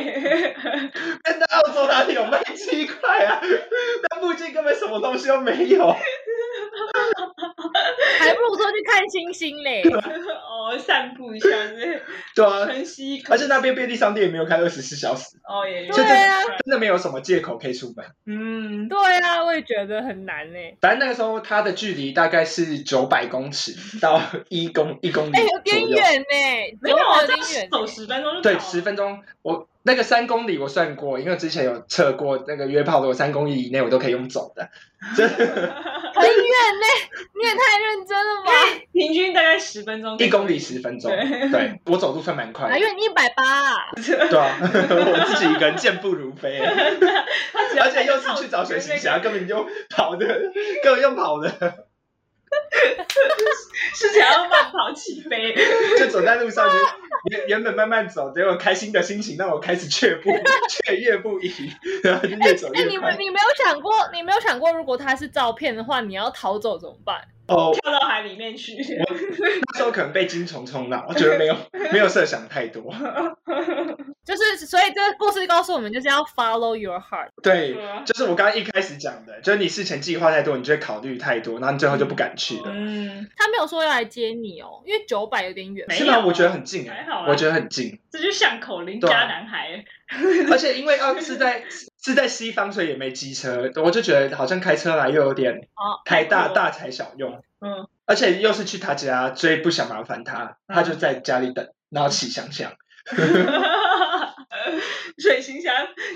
C: 但在澳洲哪里有卖鸡块啊？ 那附近根本什么东西都没有。
B: 还不如说去看星星嘞。
A: 哦，散步一下，是
C: 对啊，
A: 深吸一口
C: 而且那边便利商店也没有开二十四小时，
A: 哦也
C: 呃就
B: 对啊，
C: 真的没有什么借口可以出门。
A: 嗯，
B: 对啊，我也觉得很难欸嘞。
C: 反正那个时候它的距离大概是九百公 尺到一公一公里
B: 哎、有
C: 左
B: 点
C: 右，
B: 远呢，
A: 没有啊，
B: 有欸
A: 这
B: 点
A: 样
B: 远
A: 走十分钟就到
B: 哦
C: 对，
A: 了
C: 十分钟。我那个三公里我算过，因为之前有测过那个约炮的，我三公里以内我都可以用走的。
B: 很远呢，欸你也太认真了吧？
A: 平均大概十分钟，
C: 一公里十分钟，
A: 对
C: 对我走路算蛮快
B: 哦啊，
C: 的
B: 因，为你一百八，
C: 对 啊，我自己一个人健步如飞，
A: 他只要
C: 而且又是去找水行侠，根本就跑的，根本就跑的，
A: 是想要慢跑起飞，
C: 就走在路上就原原本慢慢走，结果开心的心情让我开始却步， 却跃不已，然后就越走
B: 哎、你
C: 越快。
B: 你没有想过，你没有想过，如果它是照片的话，你要逃走怎么办？
C: 哦，
A: 跳到海里面去。
C: 那时候可能被金虫冲浪，我觉 得没有没有设想太多。
B: 就是，所以这个故事告诉我们，就是要 follow your heart。
C: 对
A: 对啊，
C: 就是我刚刚一开始讲的，就是你事前计划太多，你就会考虑太多，然后你最后就不敢去了。
A: 嗯，
B: 他没有说要来接你哦，因为九百有点远。
A: 没
C: 是
A: 有
C: 吗？
A: 啊
C: 我觉得很近哎
A: 还好啊，
C: 我觉得很近，
A: 这就巷口邻
C: 对
A: 家
C: 啊
A: 男孩，
C: 而且因为啊是在是在西方，所以也没机车，我就觉得好像开车来又有点
B: 哦
C: 太大
A: 太多
C: 大材小用，
A: 嗯，
C: 而且又是去他家，所以不想麻烦他，
B: 嗯
C: 他就在家里等，然后骑想想。
A: 水行侠，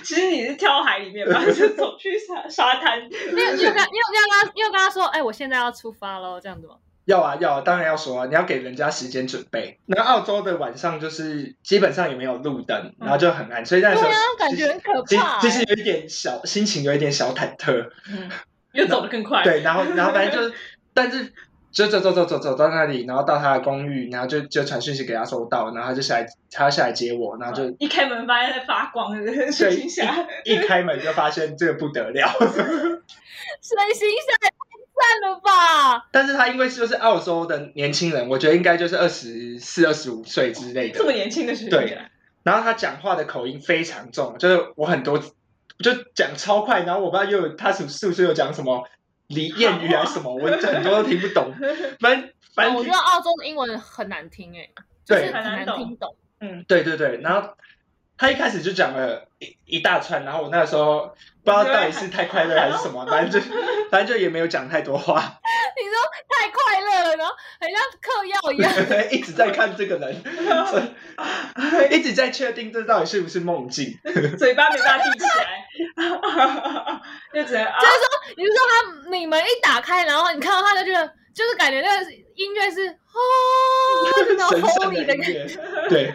A: 其实你是跳到海里面 吧，就走去沙沙滩，
B: 你有你有跟你有跟他你有跟他说，哎、我现在要出发喽，这样子吗？
C: 要啊要啊，当然要说啊，你要给人家时间准备。然后澳洲的晚上就是基本上也没有路灯，然后就很暗，所以那时候
B: 嗯对啊，感
C: 其
B: 觉
C: 实
B: 很可
C: 其实
B: 怕、
C: 其实有一点小心情，有一点小忐忑。
A: 嗯，又走得更快，
C: 对，然后然后反正就是，但是就走走走走走到那里，然后到他的公寓，然后就就传讯息给他说我到了，然后他就下来他下来接我，然后
B: 嗯
C: 就
A: 一开门发现在发光，水
C: 对
A: 行侠，
C: 一开门就发现这个不得了。
B: 欸水行侠也太赞了吧！
C: 但是他因为就是澳洲的年轻人，我觉得应该就是二十四、二十五岁之类的
A: 这。么年轻的水行
C: 对
A: 侠，
C: 然后他讲话的口音非常重，就是我很多就讲超快，然后我不知道又有他是是不是有讲什么俚谚语还是什么，我很多都听不懂。反正反
B: 哦
C: 正
B: 我
C: 听
B: 觉得澳洲的英文很难听、哎，就
C: 对
B: 是很难
A: 很难
B: 听懂。
C: 对对对，然后他一开始就讲了一一大串，然后我那时候不知道到底是太快乐还是什么，反正就反正就也没有讲太多话，
B: 你说太快乐了，然后很像嗑药一样。
C: 一直在看这个人，一直在确定这到底是不是梦境。
A: 嘴巴没办法闭起来， 就只能啊，
B: 你是说他你门一打开，然后你看到他就觉得，就是感觉那个音乐是哦，就是那 种
C: 神圣
B: holy
C: 的
B: 的
C: 音
B: 感觉。
C: 乐，对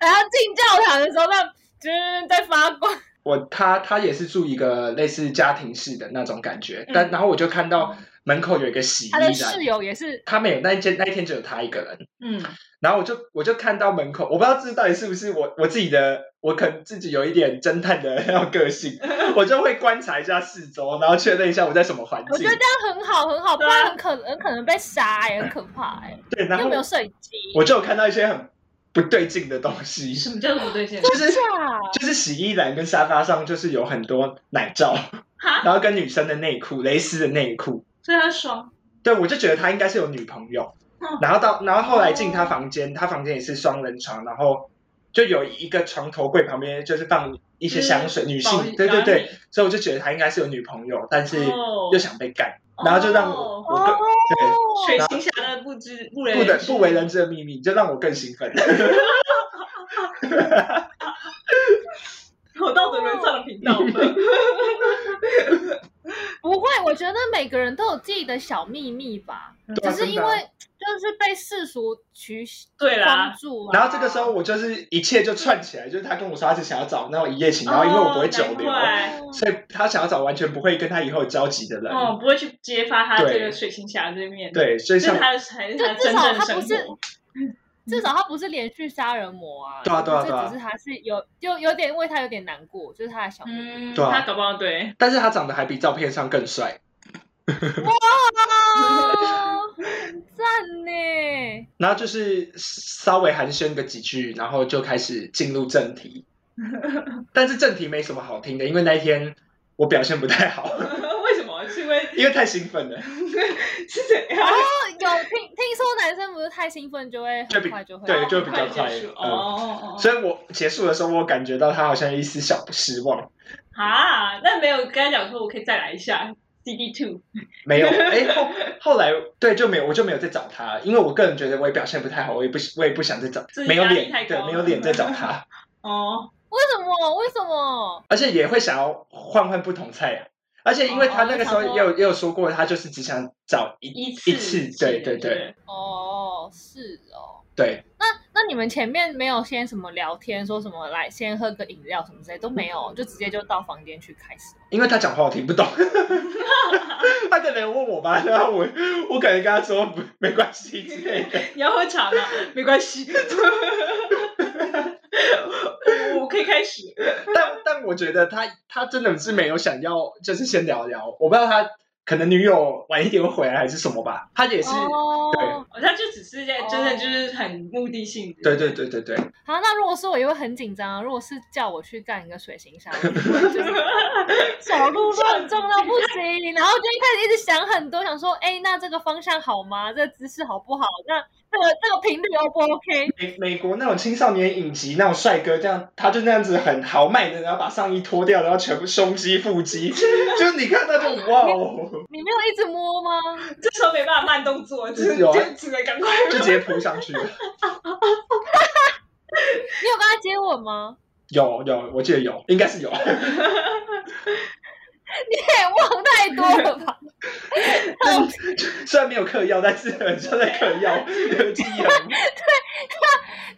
B: 然后进教堂的时候，那就是在发光。
C: 我他他也是住一个类似家庭式的那种感觉，
A: 嗯
C: 但然后我就看到门口有一个洗衣
B: 他的室
C: 篮，
B: 友也是，
C: 他没有那一间那一天只有他一个人，
A: 嗯，
C: 然后我就我就看到门口，我不知道这到底是不是我我自己的，我可能自己有一点侦探的 那种个 性，我就会观察一下四周，然后确认一下我在什么环
B: 我觉
C: 境
B: 得。这样很好，很好，不
A: 对啊
B: 然很可很可能被杀哎、很可怕哎、
C: 对，
B: 你
C: 然
B: 有
C: 后
B: 没有摄影机？
C: 我就有看到一些很不对劲的东西，
A: 什么叫做不对劲？
C: 就是
B: 下
C: 就是洗衣篮跟沙发上就是有很多奶罩，
A: 哈，
C: 然后跟女生的内裤、蕾丝的内裤。
A: 所以他爽，
C: 对，我就觉得他应该是有女朋友
A: 嗯。哦
C: 然后到然后后来进他房间，他房间也是双人床，然后就有一个床头柜旁边就是放一些香水，女
A: 嗯保
C: 性对对
A: 保
C: 对
A: 你，
C: 所以我就觉得他应该是有女朋友，但是
A: 哦
C: 又想被干，然后就让我、
A: 哦
C: 我更对
A: 水行侠的不知不为
C: 不得
A: 知
C: 不为人知的秘密，就让我更兴奋。
A: 嗯有道德沦丧的频道吗？
B: 不会，我觉得每个人都有自己的小秘密吧，
C: 对
B: 只
C: 啊
B: 是因
C: 真的啊
B: 为就是被世俗取
A: 对
B: 框
A: 啦，
B: 住、啊。
C: 然后这个时候我就是一切就串起来，就是他跟我说他是想要找那种一夜情， 然后因为我不会久
A: 哦难
C: 留，
A: 怪
C: 所以他想要找完全不会跟他以后有交集的人。
A: 哦，不会去揭发他这
C: 对
A: 个水行侠这面，，
C: 对，所以
A: 这是
C: 像
A: 他的才是
B: 就
A: 他
B: 至
A: 真
B: 少
A: 正的
B: 他不是
A: 生活。
B: 至少他不是连续杀人魔啊，
C: 对啊对啊对
B: 这
C: 啊
B: 只是他是有有有点为他有点难过，就是他的小 妹
A: 嗯，
C: 对啊
A: 他搞不好对，
C: 但是他长得还比照片上更帅。
B: 啊，很赞呢。
C: 然后就是稍微寒暄个几句，然后就开始进入正 题。但是正题没什么好听的，因为那一天我表现不太 好，
A: 为什么？是因为
C: 因为太兴奋了，
A: 是怎样？
B: 哦，有听听说男生不是太兴奋就会
C: 就比
B: 很快就会
C: 对就比较
A: 快
C: 快
A: 结束
C: 嗯
A: 哦哦哦哦，
C: 所以我结束的时候，我感觉到他好像有一丝小不失望。
A: 啊，那没有跟他讲说我可以再来一下 CD two，
C: 没 有，哎，后后来对就没有，我就没有再找他，因为我个人觉得我也表现不太好，我也不我也不想再找
A: 自，己
C: 没有
A: 压力
C: 脸
A: 太，高
C: 对，
A: 了
C: 没有脸再找他，
A: 哦，
B: 为什么？为什么？
C: 而且也会想要换换不同菜啊。而且因为他那个时候
B: 哦
C: 也有也有说过，他就是只想找一
A: 一次
C: 一次对对对，
B: 哦，是哦。
C: 对，
B: 那你们前面没有先什么聊天，说什么来先喝个饮料什么之类都没有，就直接就到房间去开始。
C: 因为他讲话我听不 懂，他可能问我吧，然后我我可能跟他说不没关系之类的。
A: 你要喝茶吗？没关系， 我我可以开始。
C: 但但我觉得他他真的是没有想要，就是先聊聊。我不知道他可能女友晚一点会回来还是什么吧，他也是。
B: 哦，
A: 哦他就只是在
B: 哦
A: 真的就是很目的性的。
C: 对对对对对，
B: 好，那如果是我也会很紧张啊。如果是叫我去干一个水行侠，我一定会就是 走路乱撞到不行，然后就一开始一直想很多，想说，哎，那这个方向好吗？这个姿势好不好？那这个这个频率 O 不 OK？
C: 美美国那种青少年影集那种帅哥，这样他就那样子很豪迈的，然后把上衣脱掉，然后全部胸肌腹肌，就是你看到这种哇哦，
B: 你没有一直摸吗？
A: 这时候没办法慢动作，只
C: 有啊
A: 就只能赶快。
C: 就直接扑上去了。
B: 你有跟他接吻吗？
C: 有有，我记得有，应该是有。
B: 你也忘太多了吧？
C: 虽然没有嗑药，但是很像在嗑药，记忆很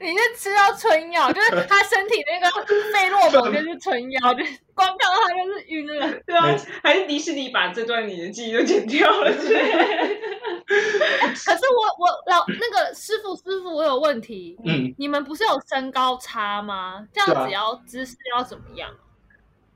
B: 你是吃到春 药，就是他身体那个费洛蒙就是 春药，就是光看到他就是晕了。
A: 对啊
C: 没，
A: 还是迪士尼把这段你的记忆都剪掉了，对。
B: 可是我我老那个师傅师傅，我有问题。
C: 嗯，
B: 你们不是有身高差吗？这
C: 对
B: 样
C: 啊
B: 子要姿势要怎么样？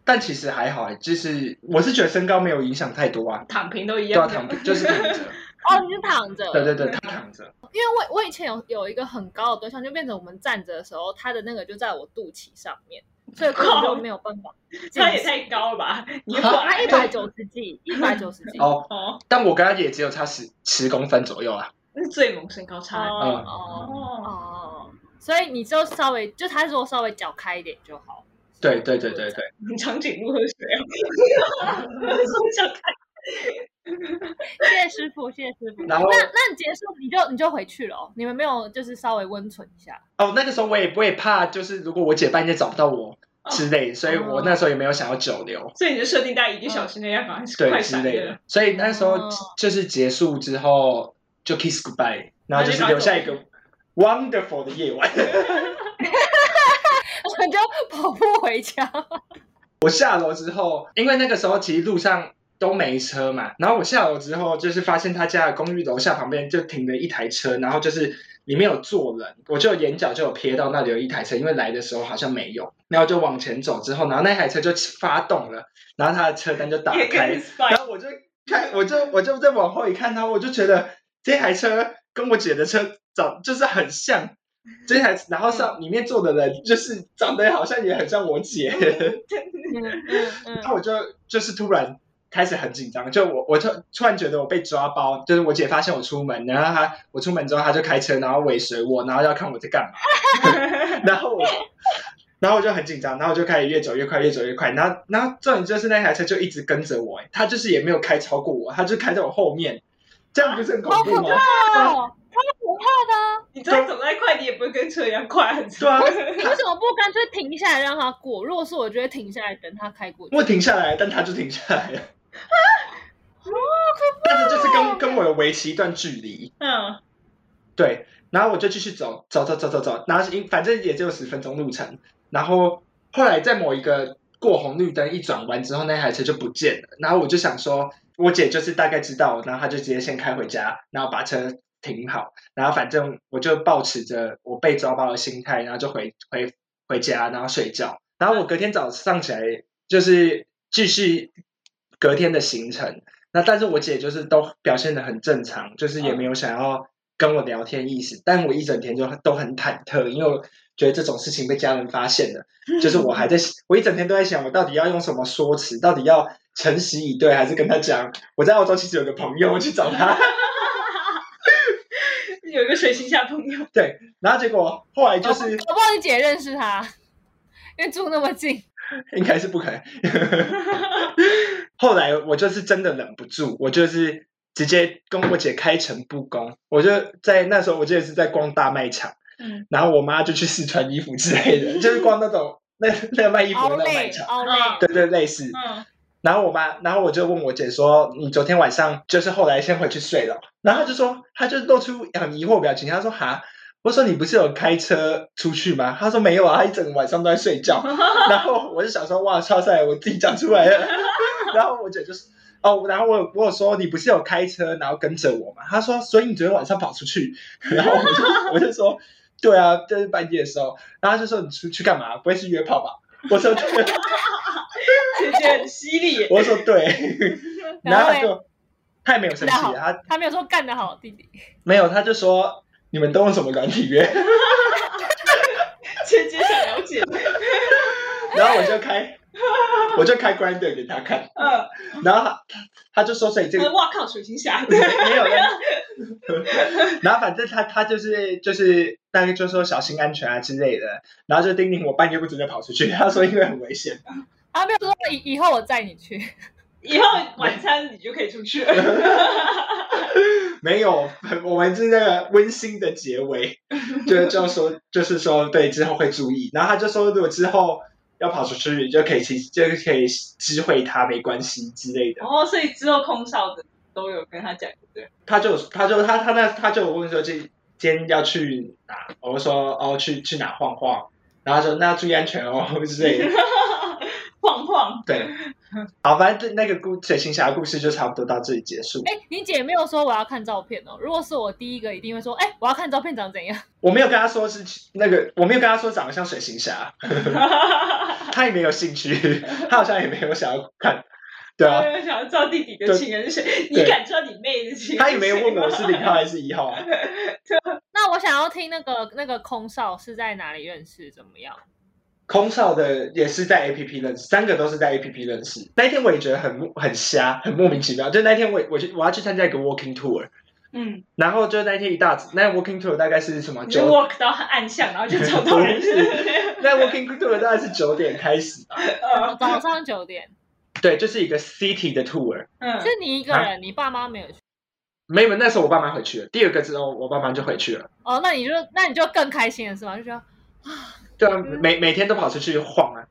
C: 但其实还好，哎就是我是觉得身高没有影响太多啊，
A: 躺平都一
C: 对啊，
A: 样。
C: 躺平就是躺着，
B: 哦，你是躺着。
C: 啊对对对，他躺着，
B: 因为我我以前有有一个很高的对象，就变成我们站着的时候，他的那个就在我肚脐上 面，所以根本就没有办法进行。
A: 他也太高了吧？你又不
C: 啊
B: 他
A: 矮
B: 一百九十几，一百九十几。
C: 哦，
A: 哦，
C: 但我跟他也只有差十十公分左右啊，嗯
A: 那是最萌身高差。
B: 哦哦
A: 哦，
B: 哦，所以你就稍微就他说稍微脚开一点就好。
C: 对对对对对，
A: 你 长颈鹿喝水啊？ 我想看。
B: 谢谢师傅，谢谢师傅。
C: 然后
B: 那那你结束你就你就回去了哦、你们没有就是稍微温存一下。
C: 哦，那个时候我也我也怕，就是如果我姐半夜找不到我
A: 哦
C: 之类，所以我那时候也没有想要久留，
A: 所以你就设定在一个小时内要赶快
C: 嗯对
A: 哦啊快
C: 之
A: 闪
C: 类
A: 的
C: 的，，所以那时候
B: 哦
C: 就是结束之后就 kiss goodbye，然后就是留下一个 wonderful 的夜晚。
B: 你就跑步回家。
C: 我下楼之后，因为那个时候其实路上都没车嘛，然后我下楼之后，就是发现他家的公寓楼下旁边就停了一台车，然后就是里面有坐人，我就眼角就有瞥到那里有一台车，因为来的时候好像没有，然后就往前走之后，然后那台车就发动了，然后他的车单就打
A: 也
C: 开
A: 跟，spy
C: 然后我就看，我就我就再往后一看他，我就觉得这台车跟我姐的车长就是很像。这台，然后上里面坐的人就是长得好像也很像我姐，
B: 嗯嗯嗯
C: 然。后我就就是突然开始很紧张，就我我就突然觉得我被抓包，就是我姐发现我出门，然后她我出门之后，她就开车，然后尾随我，然后要看我在干嘛， 然后我。然后我就很紧张，然后我就开始越走越快，越走越快。然后，然后重点就是那台车就一直跟着我，哎它就是也没有开超过我，它就开在我后面，这样不是很恐
B: 好
C: 怖
B: 可
C: 吗？
B: 怕 哦！他们不怕
A: 你再走再快，你也不会跟车一样快，很
C: 对啊，
B: 的啊，你为什么不干脆停下来让他过？如果是我，就会停下来等他开过去。
C: 我停下来，但他就停下来了。
B: 啊哦
C: 但是就是跟跟我有维持一段距离。啊
A: 嗯，
C: 对，然后我就继续走，走走走走走，然后因反正也只有十分钟路程，然后后来在某一个过红绿灯一转弯之后，那台车就不见了，然后我就想说，我姐就是大概知道，然后她就直接先开回家，然后把车停好，然后反正我就抱持着我被抓包的心态，然后就回回回家，然后睡觉，然后我隔天早上起来就是继续隔天的行程。那但是我姐就是都表现的很正常，就是也没有想要跟我聊天意思，但我一整天就都很忐忑，因为我觉得这种事情被家人发现了，就是我还在，我一整天都在想，我到底要用什么说辞，到底要诚实以对，还是跟他讲我在澳洲其实有个朋友，我去找他，
A: 有一个水星下朋 友，
C: 对，然后结果后来就是、
B: 搞不好你姐认识他，因为住那么近。
C: 应该是不可能。 后来我就是真的忍不住，我就是直接跟我姐开诚布公，我就在那时候，我记得是在逛大卖场，
A: 嗯，
C: 然后我妈就去试穿衣服之类的，就是逛那种那那卖衣服
B: 好
C: 的那卖
B: 累，哦
C: 场，
B: 好
A: 嗯
B: 累。
C: 对对，类似。
A: 嗯，
C: 然后我妈，然后我就问我姐说：“你昨天晚上就是后来先回去睡了？”然后她就说，她就露出很疑惑的表情，她说：“哈，我说你不是有开车出去吗？他说没有啊，他一整个晚上都在睡觉。 然后我就想说，哇，超赛，我自己讲出来了。 然后我姐就是，哦，然后我有我有说你不是有开车，然后跟着我嘛？他说，所以你昨天晚上跑出去。 然后我就我就说，对啊，就是半夜的时候。然后他就说你出去干嘛？不会是约炮吧？我说对，
A: 姐姐很犀利耶，
C: 我说对。然
B: 然
C: 后
B: 后
C: 他
B: 嘞，
C: 就他也没有生气，
B: 那好
C: 啊他
B: 他没有说干得好，弟弟。
C: 没有，他就说你们都用什么软体约？
A: 姐姐想了解，
C: 然后我就开，我就开 Grinder 给他看，
A: 嗯，
C: 然后他他他就说，所以这个
A: 哇靠，水星侠，
C: 没有人。 然后反正他他就是就是大概就说小心安全啊之类的，然后就叮咛我半夜不准再跑出去，他说因为很危险。
B: 他没有说以以后我载你去，
A: 以后晚餐你就可以 出去了。
C: 没有，我们是那个温馨的结尾，就就说就是说对之后会注意，然后他就说如果之后要跑出去，你就可以其就可以知会他没关系之类的。
A: 哦，所以之后空少的都有跟他讲，对
C: 他就他就他他那他就有问说今今天要去哪，我就说哦去去哪晃晃，然后他说那要注意安全哦 之类的。
A: 不对，晃晃，
C: 对，好，反正那个故水行侠的故事就差不多到这里结束。
B: 哎、你姐没有说我要看照片哦。如果是我第一个，一定会说，哎、我要看照片长怎样。
C: 我没有跟他说是那个，我没有跟他说长得像水行侠，他也没有兴趣，他好像也没有想要看，对啊，
A: 想要知道弟弟的情人是谁，你敢知道你妹的情人是谁吗？
C: 他也没有问我是零号还是一号啊。
B: 那我想要听那个那个空少是在哪里认识，怎么样？
C: 空少的也是在 A P P 认识，三个都是在 A P P 认识。那一天我也觉得很很瞎，很莫名其妙。就那一天我我去我要去参加一个 walking tour，
A: 嗯，
C: 然后就那一天一大早，那 walking tour 大概是什么
A: 你就
C: 九？
A: walk 到暗巷，然后就找到人，
C: 那 walking tour 大概是九点开始吧。
A: 嗯
B: 早上九点，
C: 对，就是一个 city 的 tour。
A: 嗯
B: 是你一个人，你爸妈没有去。
C: 没有，那时候我爸妈回去了。第二个之后，我爸妈就回去了。
B: 哦，那你就那你就更开心了是吗？就觉得
C: 对啊，每每天都跑出去晃啊，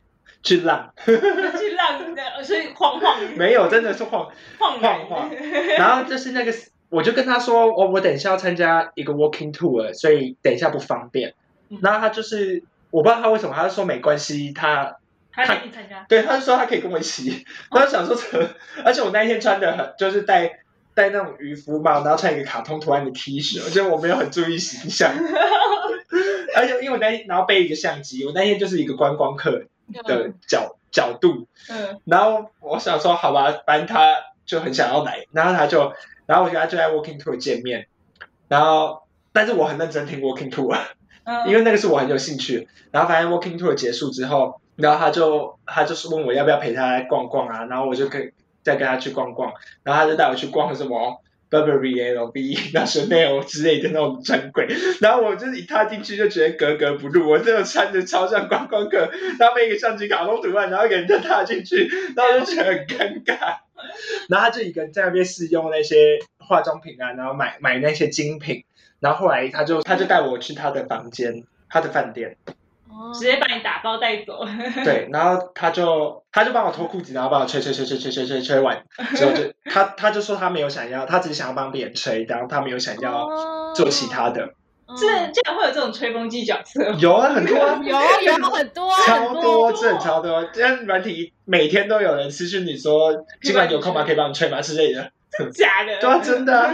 C: 去浪。
A: 去浪的，所以晃晃
C: 没有，真的是晃。
A: 晃
C: 晃晃 然后就是那个，我就跟他说，哦我我等一下要参加一个 walking tour，所以等一下不方便
A: 嗯。
C: 然后他就是，我不知道他为什么，他就说没关系，他
A: 还可以参加，
C: 对，他就说他可以跟我一起。他就想说这，而且我那一天穿的很，就是戴戴那种渔夫帽，然后穿一个卡通图案的 T 恤，我觉得我没有很注意形象。而且因为我那天然后背一个相机，我那天就是一个观光客的角角度，
A: 嗯，
C: 然后我想说，好吧，反正他就很想要来，然后他就，然后我跟他就在 Walking Tour 见面，然后但是我很认真听 Walking Tour，
A: 嗯
C: 因为那个是我很有兴趣。然后反正 Walking Tour 结束之后，然后他就他就是问我要不要陪他逛逛啊，然后我就跟再跟他去逛逛，然后他就带我去逛什么。Burberry、LV、那 Chanel 之类的那种专柜，然后我就是一踏进去就觉得格格不入，我真的穿着超像观光客，然后被一个相机卡通图案，然后给人家踏进去，然后就觉得很尴尬。然后他就一个人在那边试用那些化妆品啊，然后买买那些精品。然后后来他就他就带我去他的房间，他的饭 店，
B: 哦
A: 直接把你打包带走，
C: 对，然后他就他就帮我脱裤子，然后帮我吹吹吹吹吹吹吹吹 完之后就他他就说他没有想要，他只是想要帮别人吹，然后他没有想要
B: 哦
C: 做其他的，
B: 嗯
A: 这竟然会有这种吹风机角色，
C: 有啊很多啊，
B: 有有很多啊
C: 超
B: 很
C: 多，真的超多。这样软体每天都有人私讯你说，今晚有空吗？可以帮你吹吗之类的。
A: 假的，
C: 对啊，真的 啊、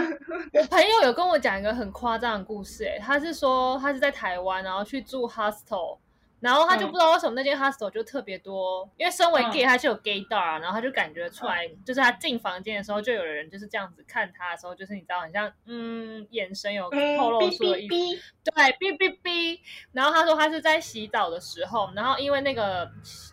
B: 我朋友有跟我讲一个很夸张的故事、欸，他是说他是在台湾，然后去住 hostel，然后他就
A: 嗯
B: 不知道为什么那间 hostel 就特别多，因为身为
A: 嗯
B: gay 他是有 gay 道啊，然后他就感觉出来，就是他进房间的时候就有人就是这样子看他的时候，就是你知道很像嗯眼神有
A: 嗯，
B: 透露
A: 哔
B: 出的意
A: 哔
B: 思，
A: 哔，
B: 对，哔哔哔。然后他说他是在洗澡的时候，然后因为那个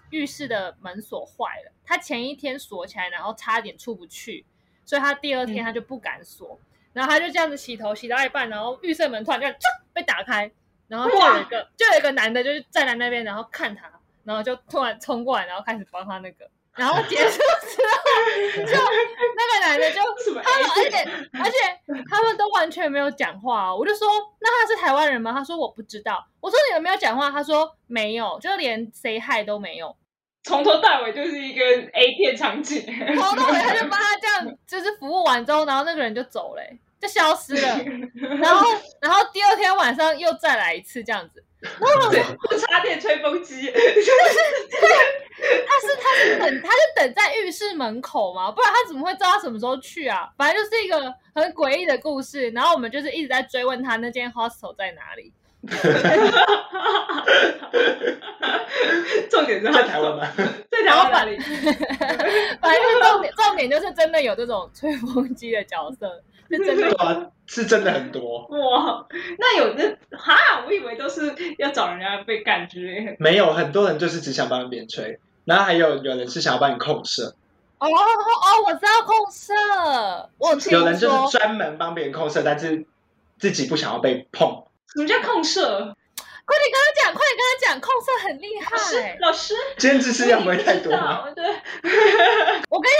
B: 浴室的门锁坏了，他前一天锁起来，然后差点出不去，所以他第二
A: 嗯
B: 天他就不敢锁，然后他就这样子洗头洗到一半，然后浴室门突然就唰被打开，然后就有一个就有一个男的就是站在那边，然后看他，然后就突然冲过来，然后开始帮他那个。然后结束之后，就那个男的就
A: 什么
B: 他们而且而且他们都完全没有讲话、哦，我就说那他是台湾人吗？他说我不知道。我说你们没有讲话，他说没有，就连 say hi 都没有。
A: 从头到尾就是一个 A 片场景，
B: 然后到尾 他就帮他这样 就是服务完之后，然后那个人就走了欸、就消失了。然后然后第二天晚上又再来一次这样子。
A: 我差点吹风 机。
B: 他是他是等他是等在浴室门口嘛，不然他怎么会知道他什么时候去啊？反正就是一个很诡异的故事。然后我们就是一直在追问他那间 hostel 在哪里。
A: 重点是他
C: 在台湾吗？
A: 在台湾哪里？
B: 反正就是重点重点就是真的有这种吹风机的角色，是真 的
C: 对啊，是真的很多。
A: 哇，那有那哈，我以为都是要找人家被干之类的。
C: 没有，很多人就是只想帮别人吹，然后还有有人是想要帮你控射，
B: 哦哦哦，我知道控射，我有听
C: 有人就
B: 说
C: 是专门帮别人控射，但是自己不想要被碰。
A: 什么叫控射？
B: 快点跟他讲，快点跟他讲，控色很厉害、
A: 老师，
C: 今天知识量不会太多吗？
A: 道对，
B: 我跟你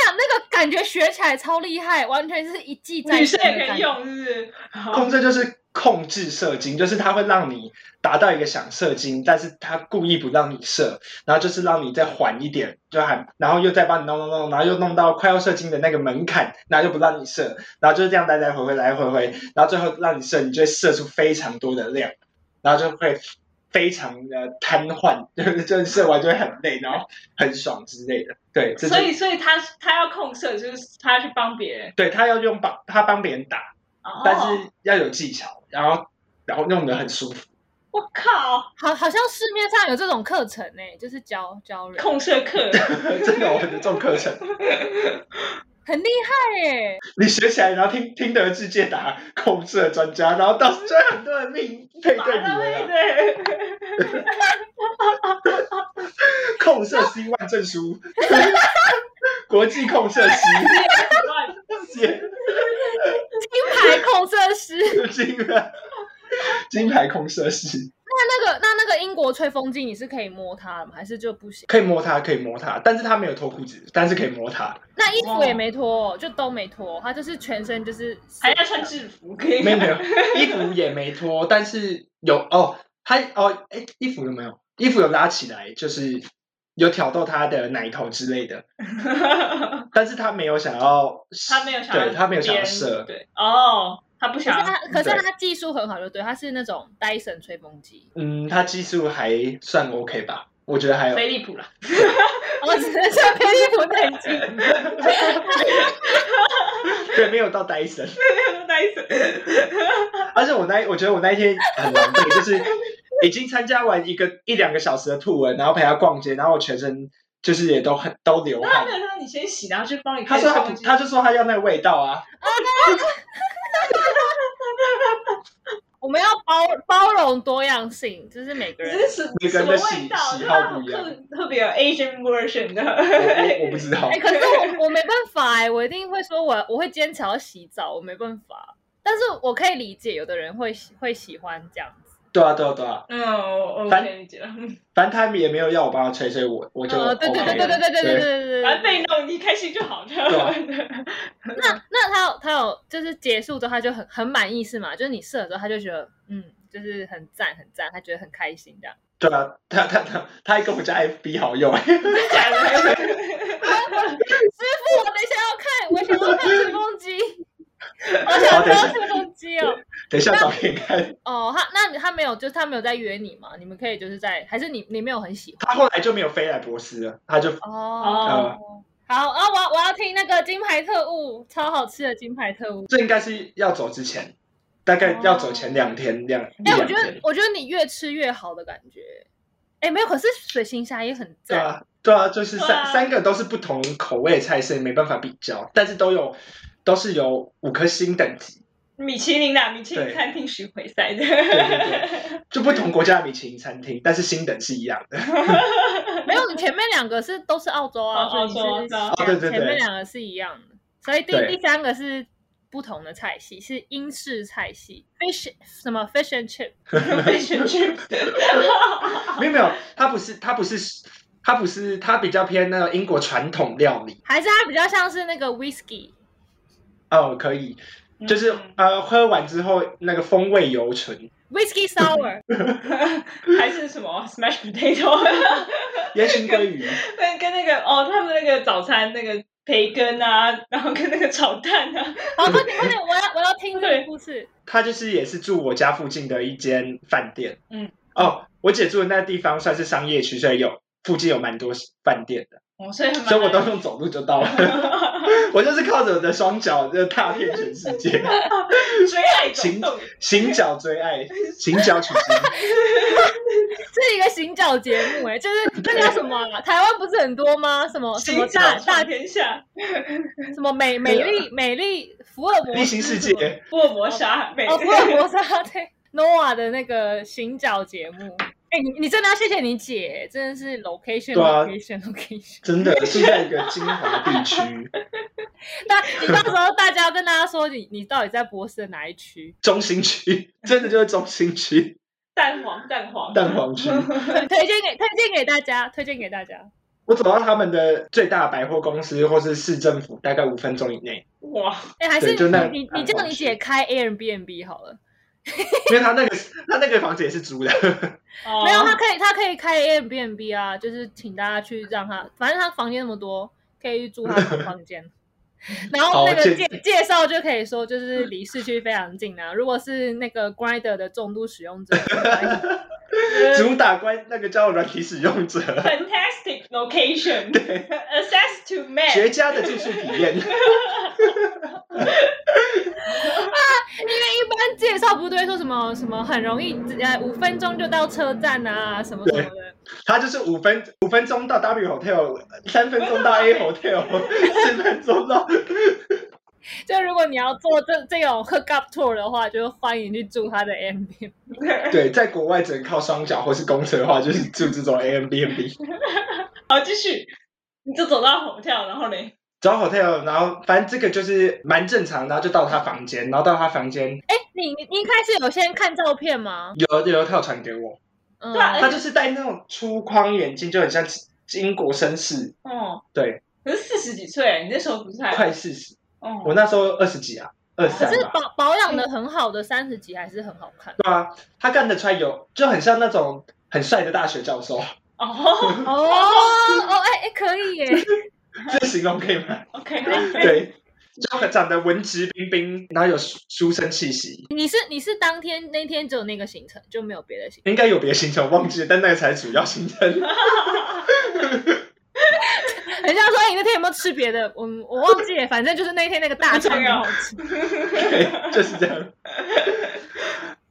B: 讲，那个感觉学起来超厉害，完全是一技在
A: 女生
B: 身
A: 也
B: 的
A: 可
B: 感
A: 以
B: 觉。
A: 用，是不是？好
C: 控制就是控制射精，就是它会让你达到一个想射精，但是它故意不让你射，然后就是让你再缓一点，就还然后又再帮你弄弄弄，然后又弄到快要射精的那个门槛，然后又不让你射，然后就是这样来来回回来回回，然后最后让你射，你就会射出非常多的量，然后就会非常的瘫痪， 就是就是射完就会很累，然后很爽之类的。对，这就
A: 所以，所以他他要控射，就是他去帮别人。
C: 对他要用帮他帮别人打，
A: 哦
C: 但是要有技巧，然后然后弄得很舒服。
A: 我靠，
B: 好，好像市面上有这种课程呢、就是教教人，
A: 控射课，
C: 真的，我很重课程。
B: 很厉害欸耶、
C: 你学起来，然后听听得志健打控制的专家，然后到时候很多人 命配对你们了。
A: 对，
C: 控射 C 万证书， 国际控射师， 谢
B: 金牌控色师。
C: 金牌金牌控射师，
B: 那那个那那个英国吹风机，你是可以摸它的吗？还是就不行？
C: 可以摸它，可以摸它，但是它没有脱裤子，但是可以摸它。
B: 那衣服也没脱，就都没脱，它就是全身就是
A: 还要穿制服，可 以
C: 没有没有，衣服也没脱，但是有哦，他哦，哎，衣服有没有？衣服有拉起来，就是有挑逗他的奶头之类的，但是他没有想要，
A: 他没有想要，
C: 对他没有想要射，
A: 对，哦，他不
B: 可
A: 想
B: 是
A: 要，
B: 它，可是
C: 对
B: 它技术很好，就对，它是那种 Dyson 吹风机。
C: 嗯，他技术还算 OK 吧，我觉得还有，
A: 飞利浦 啦，
B: 我只能穿飞利浦内衣。
C: 对，没有到戴森，
A: 戴森，
C: 而且我那我觉得我那一天很狼 狈，就是已经参加完一个一两个小时的 tour，然后陪他逛街，然后我全身就是也都很都流
A: 他
C: 汗
A: 没，有让你先洗，然后去帮你
C: 他
A: 开吹
C: 说他不
A: 风机，
C: 他就说他要那个味道啊。
B: 我们要包包容多样性，就是每个
A: 这
B: 人。
A: 是什
C: 每个
A: 什
C: 人
A: 么
C: 的
A: 味
C: 喜
A: 道？
C: 喜
A: 对
C: 好
A: 啊
C: 不一样
A: 特特别有 Asian version
C: 我我
A: 的，
C: 我不知道
B: 哎、，可是我我没办法哎、我一定会说我我会坚持要洗澡，我没办法。但是我可以理解，有的人会喜会喜欢这样子。
C: 对啊对啊对啊，
A: 嗯，我我
C: 反
A: 可以理解了，
C: 反正他们也没有要我帮他吹，所以我我就
B: 呃，对对
C: OK
B: 对对对
C: 了
B: 对对对
C: 对。
B: 对
A: 反正
B: 对
A: 被
B: 对。
A: 弄你开心就好，对吧？
B: 那那他有他有就是结束之后他就很很满意是吗？就是你射的时候他就觉得嗯，就是很赞很赞，他觉得很开心这样。
C: 对啊，他他他他还跟我加 FB 好 友，
A: 真假的？
B: 师傅，我等一下要看，我想要看吹风机，我想要吹风机哦。
C: 等一下找给你看。
B: 哦，他那他没有，就是他没有在约你嘛？你们可以就是在，还是你你没有很喜
C: 他后来就没有飞来博斯了，他就呃
B: 欢哦。好啊、我要我要听那个金牌特务，超好吃的金牌特务。
C: 这应该是要走之前，大概要走前两天两一
B: 哎、我
C: 两
B: 觉得
C: 天。
B: 我觉得你越吃越好的感觉。哎、没有，可是水行侠也很
C: 对
B: 赞。
C: 啊对啊，就是
A: 对
C: 三
A: 啊
C: 三个都是不同口味的菜色，没办法比较，但是都有都是有五颗星等级，
A: 米其林啦，米其林
C: 对
A: 餐厅巡回赛的，
C: 对对 对，就不同国家的米其林餐厅，但是星等是一样的。
B: 没有，你前面两个是都是澳洲啊，
A: 哦
B: 所以你
A: 澳洲
B: 是
A: 澳
C: 洲哦对对对
B: 前面两个是一样的，所以第
C: 对
B: 第三个是不同的菜系，是英式菜系，fish 什么 fish and chip，
A: 被选去
C: 没有没有，它不是，它不是，它不是，它比较偏那个英国传统料理
B: 还是它比较像是那个 whisky，
C: 哦，可以，就是、
A: 嗯
C: 呃，喝完之后那个风味犹存，
B: Whisky sour，
A: 还是什么 smash potato，
C: 烟熏鲑鱼，
A: 跟跟那个哦，他们那个早餐那个培根啊，然后跟那个炒蛋啊，
B: 好，快点快点，我要我要听这个
A: 对
B: 故事。
C: 他就是也是住我家附近的一间饭店。
A: 嗯，
C: 哦，我姐住的那地方算是商业区，所以有附近有蛮多饭店的，
A: 哦，所以还蛮
C: 所以我都用走路就 到了。我就是靠着我的双脚就踏遍全世界，
A: 追爱走动，
C: 行脚追爱，行脚取经。
B: 这是一个行脚节目 哎、就是那叫什么啊、台湾不是很多吗？什么什么
A: 行
B: 大
A: 大
B: 大
A: 大天下，
B: 什么美美丽美丽福尔摩斯
C: 逆行世
B: 什么
C: 界，
A: 福尔摩沙，每
B: 哦，福尔 摩沙对 Nova 的那个行脚节目。哎、你你真的要谢谢你姐，真的是 location
C: 对啊
B: location location。
C: 真的住在一个精华地区，
B: 那你到时候大家要跟大家说你你到底在博士的哪一区？
C: 中心区， 真的就是中心区，
A: 蛋黄蛋黄，
C: 蛋黄区。
B: 推荐给推荐给大家，推荐给大家。
C: 我走到他们的最大百货公司或是市政府，大概五分钟以内，
A: 哇，
B: 哎、还是
C: 对就那
B: 你你你叫你姐开 Airbnb 好了，
C: 因为他那个他那个房子也是租的。
A: 哦
B: 没有，她可以她可以开 Airbnb 啊，就是请大家去让她，反正她房间那么多，可以去住她的房间。 然后那
C: 好
B: 个
C: 这
B: 介介绍就可以说，就是离市区非常近啊。如果是那个 Grinder 的重度使用者，
C: 主打关那个交友软体使用者，
A: Fantastic location, access to man，
C: 绝佳的住宿体验。
B: 因为一般介绍不对，说什么什么很容易，呃，五分钟就到车站啊，什么什么的。
C: 他就是五分五分钟到 W Hotel，三分钟到 A Hotel，四 分钟到。
B: 就如果你要做这这种 hook up tour 的话，就欢迎去住他的 Airbnb。
C: 对，在国外只能靠双脚或是公车的话，就是住这种 A M B N B。
A: 好，继续，你就走到 hotel，然后嘞，
C: 找 hotel，然后反正这个就是蛮正常，然后就到他房间，然后到他房间
B: 你你一开始有先看照片吗？
C: 有有跳传给我，
B: 嗯，
A: 对啊
C: 他就是戴那种粗框眼镜，就很像英国绅士，
A: 哦，
C: 对，
A: 可是四十几岁，你那时候不是还，
C: 快四十，
A: 哦
C: 我，那时候二十几啊，二十
B: 可
C: 三
B: 是
C: 吧。
B: 保保养的很好的三十几还是很好看
C: 对啊，他看得出来有，就很像那种很帅的大学教 授，
A: 哦
B: 哦哦哎哎可以耶，
C: 这形容可以吗？
A: ，OK，
C: 对，就很长得文质彬彬，然后有书书生气息，
B: 你是你是当天那天只有那个行程就没有别的行程，
C: 应该有别的行程我忘记了，但那个才是主要行程。
B: 很像说哎你那天有没有吃别的？我我忘 记了，反正就是那天那个大餐很好吃。
C: 对， 就是这样。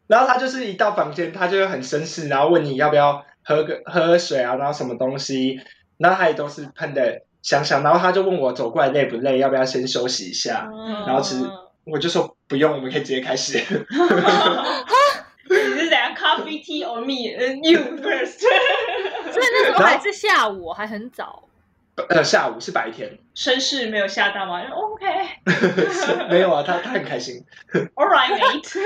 C: 然后他就是一到房间，他就会很绅士，然后问你要不要喝个喝喝水啊，然后什么东西，然后他也都是喷的香香，然后他就问我走过来累不累，要不要先休息一下， 然后吃
A: 嗯
C: 我就说不用，我们可以直接开始。
A: 你是怎样？Coffee, tea or me? 呃 You first
B: 所以那时候还是下午，还 很早。
C: 呃，下午是白天，
A: 绅士没有吓到吗？OK,
C: 没有啊，他他很开心。
A: all right, mate.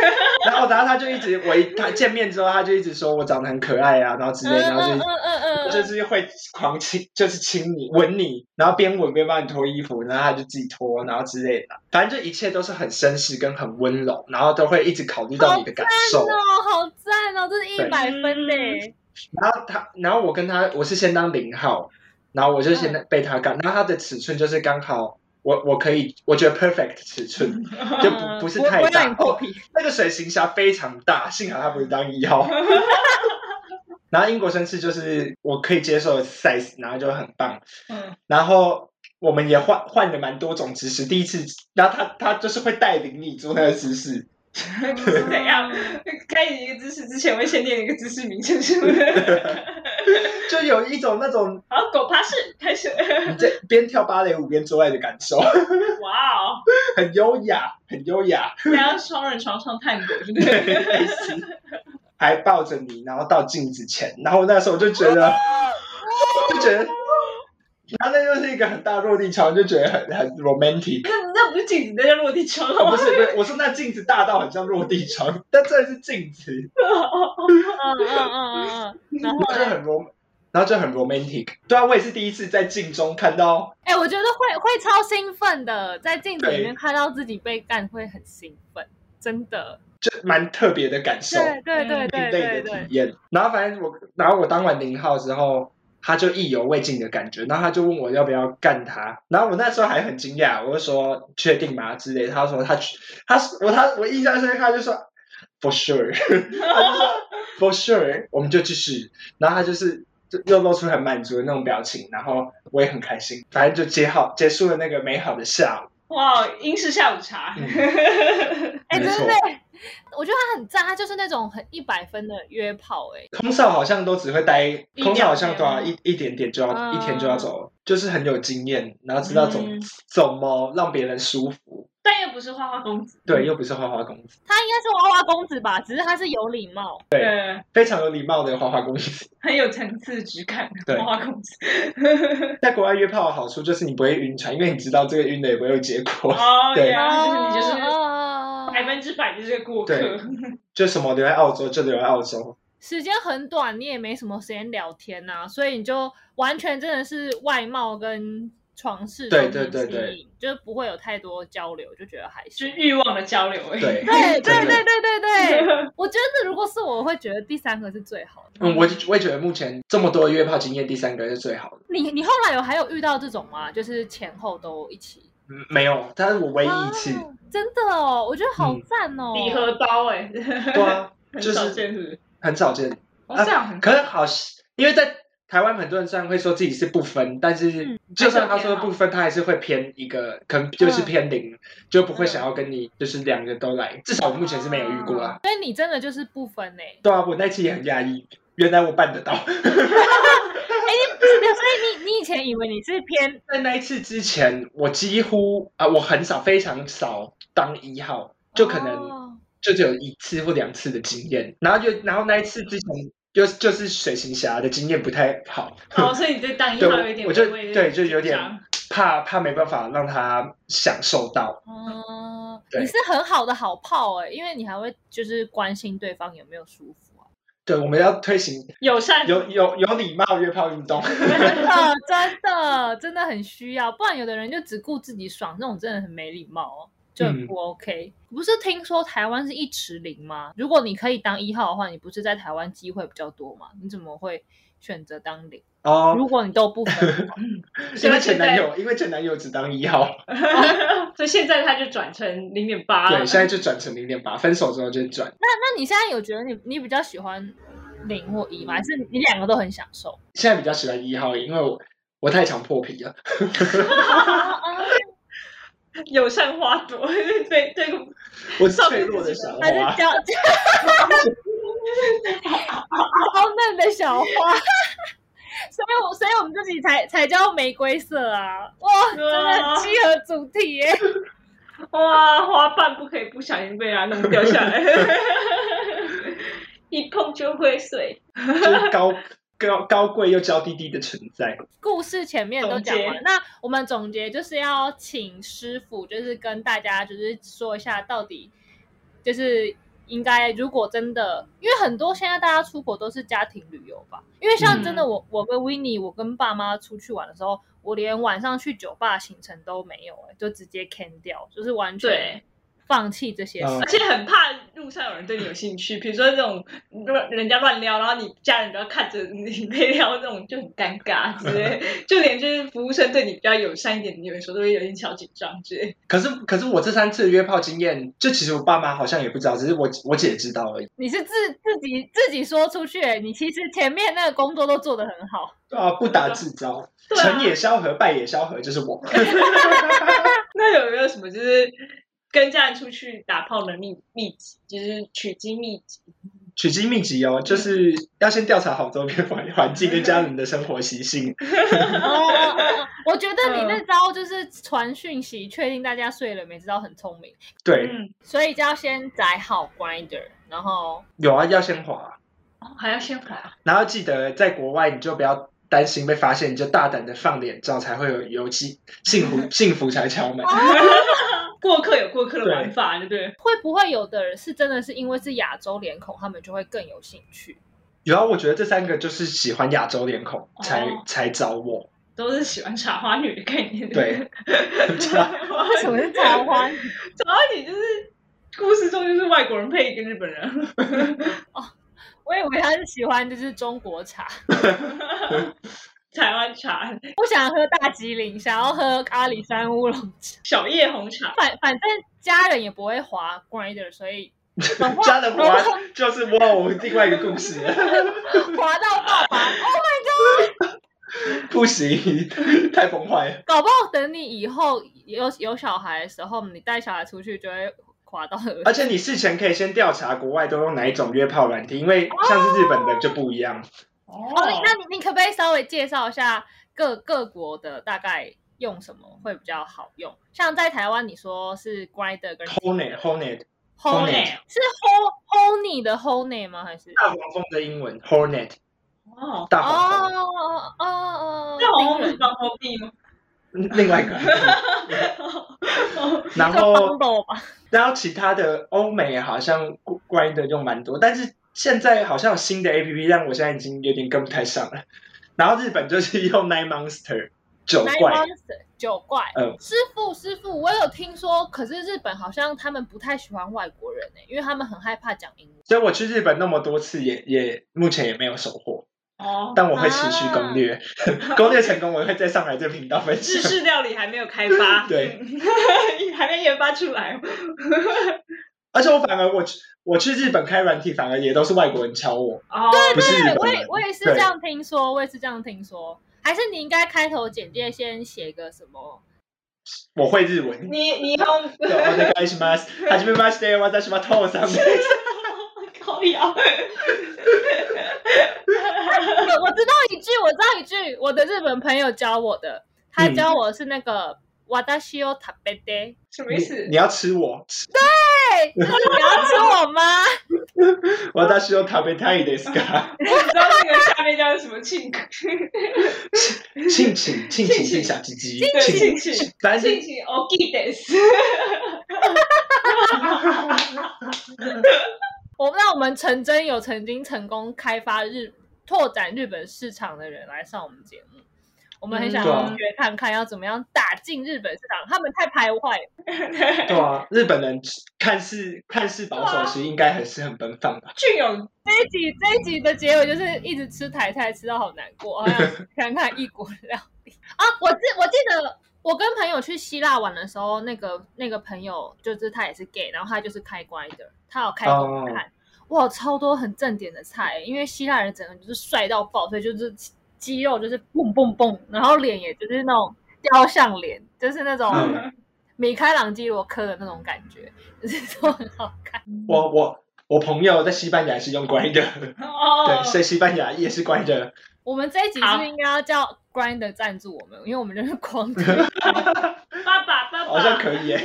C: 然后然后他就一直围他见面之后，他就一直说我长得很可爱啊，然后之
B: 嗯
C: 类，然后就
B: 嗯
C: 一直
B: 嗯 嗯
C: 就
B: 嗯，
C: 是会狂亲，就是亲你、吻你，然后边吻边帮你脱衣服，然后他就自己脱，然后之类的，反正就一切都是很绅士跟很温柔，然后都会一直考虑到你的感受。
B: 哦，好赞哦，这是一
C: 对
B: 百分嘞！
C: 然后他，然后我跟他，我是先当零号，然后我就先被他
B: 嗯
C: 干，然后他的尺寸就是刚好我我可以，我觉得 perfect 尺寸， 就不不是
B: 嗯
C: 太
B: 不会让
C: 大
B: 你。破
C: 哦
B: 皮。
C: 那个水行侠非常大，幸好他不是当一 号。然后英国绅士就是我可以接受的 size，然后就很棒。
A: 嗯，
C: 然后我们也换换了蛮多种姿势，第一次，然后他他就是会带领你做那个姿势，
A: 是怎样？开始一个姿势之前会先念一个姿势名称，是 不是？
C: 就有一种那种
A: 好，狗爬式开始。
C: 你在边跳芭蕾舞边做爱的感受，
A: 哇哦，
C: 很优雅，很优雅，
A: 然后双人床上探 狗，是不是？
C: 类似还抱着你，然后到镜子前，然后那时候我就觉得，就觉得。然后那就是一个很大落地窗，就觉得很很 romantic。
A: 那那不是镜子，那叫落地窗
C: 哦、不
A: 哦。
C: 是，不是，我说那镜子大到很像落地窗，但这是镜子，哦
B: 嗯嗯嗯嗯嗯，然
C: 然
B: 后
C: 后就
B: 呢？
C: 很 rom，然后就很 romantic。对啊，我也是第一次在镜中看到
B: 哎，我觉得会会超兴奋的，在镜子里面
C: 对
B: 看到自己被干会很兴奋，真的。
C: 就蛮特别的感受，
B: 嗯对对
C: 另
B: 对对
C: 嗯类的
B: 对
C: 体
B: 对，
C: 验。然后反正我，然后我当完零号之后，他就意犹未尽的感觉，然后他就问我要不要干他，然后我那时候还很惊讶，我就说确定吗之类的，他说他他我他我印象深刻，他就说 for sure，他 就说 for sure，我们就继续，然后他就是就又露出很满足的那种表情，然后我也很开心，反正就结好结束了那个美好的下午，
A: 哇，英式下午茶，
C: 嗯
B: 哎、
C: 没
B: 真
C: 错
B: 的，我觉得他很赞，他就是那种很一百分的约炮、哎，
C: 空少好像都只会待，
A: 一
C: 空少好
A: 两
C: 像
A: 天
C: 多少
A: 吗
C: 一一点点就要、
B: 嗯
C: 一天就要走了，就是很有经验，然后知道怎么、
A: 嗯
C: 怎么让别人舒服。
A: 但又不是花花公子，
C: 对，又不是花花公子，
B: 他应该是花花公子吧，只是他是有礼貌。
A: 对，
C: 非常有礼貌的花花公子。
A: 很有层次质感
C: 对
A: 的花花 公子。
C: 在国外约炮的好处就是你不会晕船，因为你知道这个晕了也不会有结果，
A: 哦，
C: 对
A: 呀，就是你就是
B: 哦
A: 百分之百就是个过
C: 对
A: 客。
C: 就什么留在澳洲就留在澳洲。
B: 时间很短，你也没什么时间聊天呐、所以你就完全真的是外貌跟床事
C: 对
B: 都
C: 对
B: 很
C: 对
B: 吸
C: 对
B: 引，就是不会有太多交流，就觉得还
A: 就是
B: 行。，
A: 欲望的交流哎而已。
C: 对
B: 对对
C: 真的
B: 对对 对对，我觉得如果是我，我会觉得第三个是最好的。
C: 嗯，我就我也觉得目前这么多约炮经验，第三个是最好的。
B: 你你后来有还有遇到这种吗？就是前后都一起。
C: 嗯没有，但是我唯一一次，
B: 哦真的哦，我觉得好
C: 嗯
B: 赞哦！
A: 礼盒包哎，
C: 对啊，
A: 很
C: 就
A: 少
C: 是啊
A: 见是不是？
C: 很少见。
A: 哦，这样很
C: 可是好像，因为在台湾很多人虽然会说自己是不分，但是就算他说不分，他还是会偏一个，可能就是偏零，就不会想要跟你就是两个都来。至少我目前是没有遇过啊。
B: 所以你真的就是不分呢、欸
C: 对啊，我那期也很压抑，原来我办得到。
B: 没有，所以你你以前以为你是偏
C: 在那一次之前，我几乎啊、我很少，非常少当一号，就可能
B: 哦
C: 就只有一次或两次的经验。然后就然后那一次之前，就就是水行侠的经验不太好。
A: 哦，所以你对当一
C: 对
A: 号有一点
C: 我就
A: 微微的
C: 对就有
A: 紧
C: 点
A: 张
C: 怕怕没办法让他享受到。
B: 哦，
C: 对
B: 你是很好的好炮哎、因为你还会就是关心对方有没有舒服啊。
C: 对，我们要推行
A: 友善。
C: 有有有礼貌约炮运动。
B: 真的，真的，真的很需要，不然有的人就只顾自己爽，这种真的很没礼貌
C: 嗯
B: 哦，就很不 OK。不是听说台湾是一尺零吗？如果你可以当一号的话，你不是在台湾机会比较多吗？你怎么会选择当零？
C: 哦，
B: 如果你都不分的话，
C: 因为前男友，因为前男友只当一号，
A: 所以现在他就转成零点八
C: 对，
A: 了。
C: 现在就转成零点八，分手之后就转。
B: 那你现在有觉得你你比较喜欢零或一吗？还是你两个都很享受？
C: 现在比较喜欢一号，因为我我太常破皮了。
A: 友善花朵， 对对，
C: 我啊是脆弱的小
B: 还是
C: 花，
B: 交超嫩的小花，所以我所以我们自己才才叫玫瑰色啊！哇，真的很契合主题耶！
A: 哇，花瓣不可以不小心被它弄掉下来， 一碰就会碎。
C: 就是高高高贵又娇滴滴的存在。
B: 故事前面都讲完
A: 总结
B: 了，那我们总结就是要请师傅，就是跟大家就是说一下到底就是。应该，如果真的，因为很多现在大家出国都是家庭旅游吧，因为像真的
A: 嗯
B: 我，我跟 w i n n i e 我跟爸妈出去玩的时候，我连晚上去酒吧行程都没有、欸，就直接 can 掉，就是完全
A: 对
B: 放弃这些
C: 嗯
B: 事
A: 而。且很怕路上有人对你有兴趣，比如说这种乱人家乱撩，然后你家人都要看着你被撩，这种就很尴尬之类。就连就是服务生对你比较友善一点，你有时候都会有点小紧张之类。
C: 可是可是我这三次约炮经验，就其实我爸妈好像也不知道，只是我我姐知道而已。
B: 你是自自己自己说出去、欸你其实前面那个工作都做得很好。
C: 对啊，不打自招，
A: 对啊
C: 成也萧何，败也萧何，就是我。
A: 那有没有什么就是跟家人出去打炮的秘秘籍，就是取经秘籍？
C: 取经秘籍
A: 嗯
C: 哦，就是要先调查好周边环环境跟家人的生活习性。
A: 嗯
B: 哦，我觉得你那招就是传讯息，确定大家睡了没，这招很聪明。
C: 对，
A: 嗯，
B: 所以就要先载好 Grinder，然后
C: 有啊，要先滑，
A: 哦还要先滑，
C: 然后记得在国外你就不要担心被发现，你就大胆的放脸照，才会有游戏幸 福幸福才敲门。
A: 哦过客有过客的
C: 对
A: 玩法，对不对？
B: 会不会有的人是真的是因为是亚洲脸孔，他们就会更有兴趣？
C: 然啊后我觉得这三个就是喜欢亚洲脸孔才、
A: 哦
C: 才找我，
A: 都是喜欢茶花女的概念。
C: 对，
A: 茶花
B: 为什么是台湾？
A: 茶花女就是故事中就是外国人配一个日本人，
B: 我以为他是喜欢就是中国茶，
A: 台湾茶、
B: 不想喝大吉岭，想要喝阿里山乌龙茶。
A: 小叶红茶，
B: 反反正家人也不会滑 grinder，所以
C: 家的滑就是哇，我们另外一个故事，
B: 滑到爆吧。哦
C: 不行，太崩坏了。
B: 搞不好等你以后有有小孩的时候，你带小孩出去就会滑到很
C: 而且你事前可以先调查国外都用哪一种约炮软体，因为像是日本的就不一样。
B: 哦，你那你你可不可以稍微介绍一下各各国的大概用什么会比较好用？像在台湾，你说是 Grinder 跟
C: Hornet Hornet
B: Honey，
A: Hornet
B: 是 Hon Honey 的 Honey 吗？还是
C: 大黄蜂的英文 Hornet
A: 哦，
C: 大
B: 哦
C: 黄蜂，
B: 哦哦哦，
A: 那红红
B: 冰
A: 是
B: 人
A: 防头币吗？
C: 另外一 个。然
B: 叫
C: 后
B: Bumble 吧？
C: 然后其他的欧美好像 Grinder 用蛮多，但是现在好像有新的 APP，但我现在已经有点跟不太上了。然后日本就是用 Nine Monster 九
B: Nine
C: 怪，
B: Monster 九怪。
C: 嗯
B: 师傅，师傅，我有听说，可是日本好像他们不太喜欢外国人呢、欸因为他们很害怕讲英文。
C: 所以我去日本那么多次也，也目前也没有收获，
A: 哦，
C: 但我会持续攻 略，攻略成功我会再上来这频道分
A: 日
C: 享。
A: 式料理还没有开 发，
C: 对
A: 嗯， 还没研发出来。
C: 而且我反而我去我去日本开软体，反而也都是外国人敲我，
A: 哦，
C: 不是日
B: 对，我
C: 本
B: 也
C: 人。
B: 我也是
C: 对
B: 这样听说，我也是这样听说。还是你应该开头简介先写个什么？
C: 我会日 文。
A: 你你用
C: 对，お願いします。はじめまして、私はトーさんです。
A: 高腰，
B: 我我知道一句，我知道一句，我的日本朋友教我的，他
C: 嗯
B: 教我是那个“私を食べて
A: 什么意
C: 你
A: 思
C: 你？要吃我，”，
B: 对，就是你要吃我吗？
C: 私を食べたいです か？
A: 我只知道那个下面叫什么庆，
C: 庆请庆请
A: 庆
C: 是
A: 请
C: 小鸡鸡，
A: 对
C: 请
A: 庆请
C: 反正
A: 庆庆 o k d e s
B: 我那我们陈真有曾经成功开发日拓展日本市场的人来上我们节目，我们很想
C: 嗯对
B: 要
C: 啊
B: 学看看要怎么样打进日本市场，他们太排外了。
C: 对啊，日本人看似看似保
A: 啊
C: 守，其实应该很是很奔放吧？
A: 俊勇
B: 这一集这一集的结尾就是一直吃台菜，吃到好难过，好想看看异国料理啊！我记我记得我跟朋友去希腊玩的时候，那个那个朋友就是他也是 gay，然后他就是开关的，他有开公看，哇，超多很正点的菜，欸因为希腊人整个就是帅到爆，所以就是肌肉就是蹦蹦蹦，然后脸也就是那种雕像脸，就是那种
C: 嗯
B: 米开朗基罗科的那种感觉，就是都很好看。
C: 我我我朋友在西班牙是用乖的，
A: 哦，
C: 对，所以西班牙也是乖的。
B: 我们这一集是
A: 好
B: 不是应该要叫 Grinder 赞助我们？因为我们就是狂 推
A: 爸爸爸爸，
C: 好像可以耶，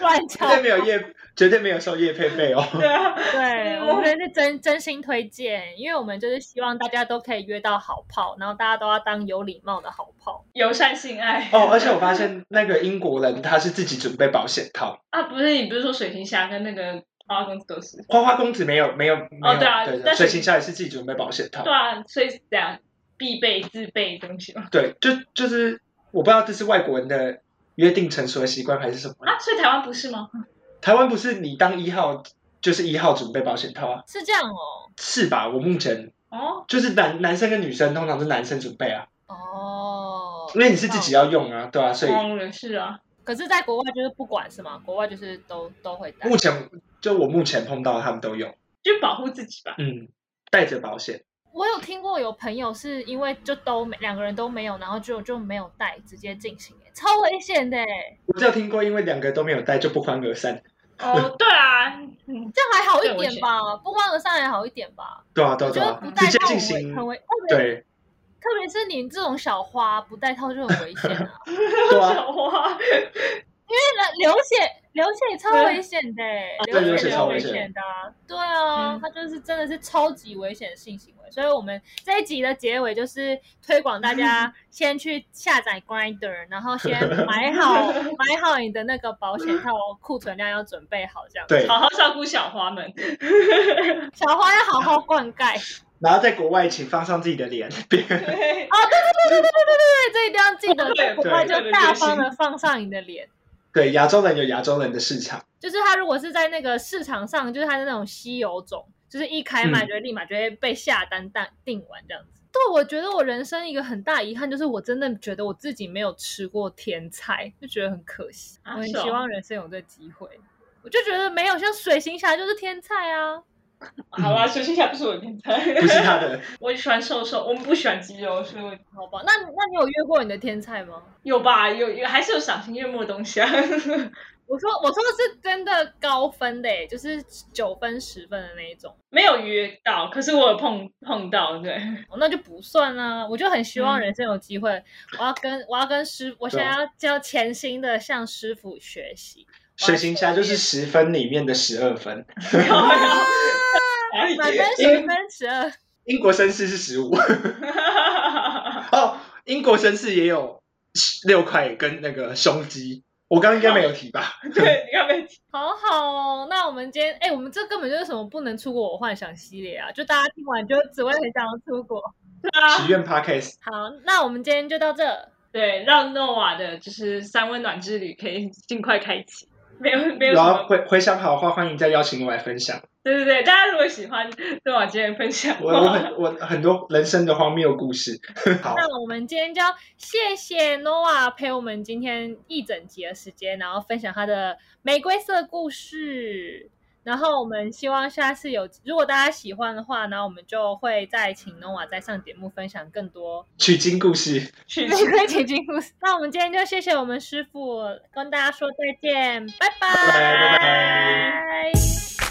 B: 乱
C: 绝
B: 敲。
C: 对没有业，绝对没有收业配费 哦。
A: 对啊，
B: 对，我们是真真心推荐，因为我们就是希望大家都可以约到好炮，然后大家都要当有礼貌的好炮。
A: 友善性爱
C: 哦，而且我发现那个英国人他是自己准备保险套，
A: 啊，不是你不是说水行侠跟那个花花公子都是？
C: 花花公子没有没有没有，
A: 对啊但是
C: 所以形象也是自己准备保险套
A: 对。啊，所以是这样必备自备的东西嘛。
C: 对，就就是我不知道这是外国人的约定成熟的习惯还是什么。
A: 啊，所以台湾不是吗？
C: 台湾不是你当一号就是一号准备保险套啊？
B: 是这样哦，
C: 是吧？我目前
A: 哦，
C: 就是男男生跟女生通常是男生准备啊，
B: 哦，
C: 因为你是自己要用啊，对啊，所以
A: 哦，也是啊，
B: 可是，在国外就是不管是吗？国外就是都都会带
C: 目。前就我目前碰到的他们都用，
A: 就保护自己吧。
C: 嗯，带着保险。
B: 我有听过有朋友是因为就都没两个人都没有，然后就就没有带，直接进行，哎超危险的哎。
C: 我只有听过，因为两个都没有带就不欢而散。
A: 哦，对啊，嗯，
B: 这样还好
A: 对
B: 一
A: 我
B: 点
A: 觉
B: 吧，不欢而散还好一点吧。
C: 对啊，对
B: 我
C: 啊，对
B: 觉得
C: 啊
B: 不，带
C: 直接
B: 套
C: 进
B: 很
C: 行，
B: 很危，特别
C: 对
B: 特别是你这种小花不带套就很危险啊，
C: 对啊，
A: 小花，
B: 因为流血流血超危险的欸，
C: 对
B: 流
C: 流
B: 血
C: 血
B: 超
C: 超
B: 危
C: 危
B: 险
C: 险
B: 的啊，对啊
A: 嗯，
B: 它就是真的是超级危险的性行为，所以我们这一集的结尾就是推广大家先去下载 Grinder，然后先买好买好你的那个保险套，库存量要准备好这样。，
C: 对。
A: 好好照顾小花们。
B: 小花要好好灌溉。
C: 然后在国外，请放上自己的脸， 别
A: 对，
B: 对，这一定要记得，在国外就
A: 对
B: 大方的放上你的脸。
C: 对亚洲人有亚洲人的市场，
B: 就是它如果是在那个市场上，就是它的那种稀有种，就是一开卖
C: 嗯
B: 就会立马就会被下单单订完这样子。对，我觉得我人生一个很大遗憾就是，我真的觉得我自己没有吃过甜菜，就觉得很可惜。
A: 啊
B: 我很
A: 是哦
B: 希望人生有这机会，我就觉得没有像水行侠就是天菜啊。
A: 好啦，水星侠不是我的天才，
C: 不是他的，
A: 我喜欢瘦瘦，我们不喜欢肌肉，所以我
B: 好吧，那那你有约过你的天菜吗？
A: 有吧，有有还是有赏心悦目的东西啊。
B: 我说我说的是真的高分的耶，欸就是九分十分的那一种，
A: 没有约到，可是我有碰碰到， 对，
B: 哦那就不算啦、我就很希望
A: 嗯
B: 人生有机会，我要跟我要跟师，我现
C: 对啊
B: 在要要潜心的向师傅学习。
C: 水行侠就是十分里面的十二分，啊
A: 哪里
B: 满分十分十二，
C: 英国绅士是十五 哦，英国绅士也有六块跟那个胸肌，我刚刚应该没有提吧？
A: 对，你看没提？
B: 好好哦。那我们今天，哎，我们这根本就是什么不能出国我幻想系列啊！就大家听完就只会很想要出国。
A: 啊
C: 许愿 podcast
B: 好，那我们今天就到这。
A: 对，让 Nova 的就是三温暖之旅可以尽快开启。没有，没有什
C: 然后
A: 么。
C: 回回想好的话，欢迎再邀请我来分享。
A: 对对对，大家如果喜欢 Nova 今天的分享的
C: 我我
A: 话，
C: 很我很多人生的荒谬故事。好，
B: 那我们今天就要谢谢 Nova 陪我们今天一整集的时间，然后分享他的玫瑰色故事。然后我们希望下次有，如果大家喜欢的话，然后我们就会再请 Nova 再上节目分享更 多
C: 取经故事，
A: 去
B: 玫瑰姐姐故事。那我们今天就谢谢我们师傅，跟大家说再见，拜
C: 拜拜拜拜。
B: 拜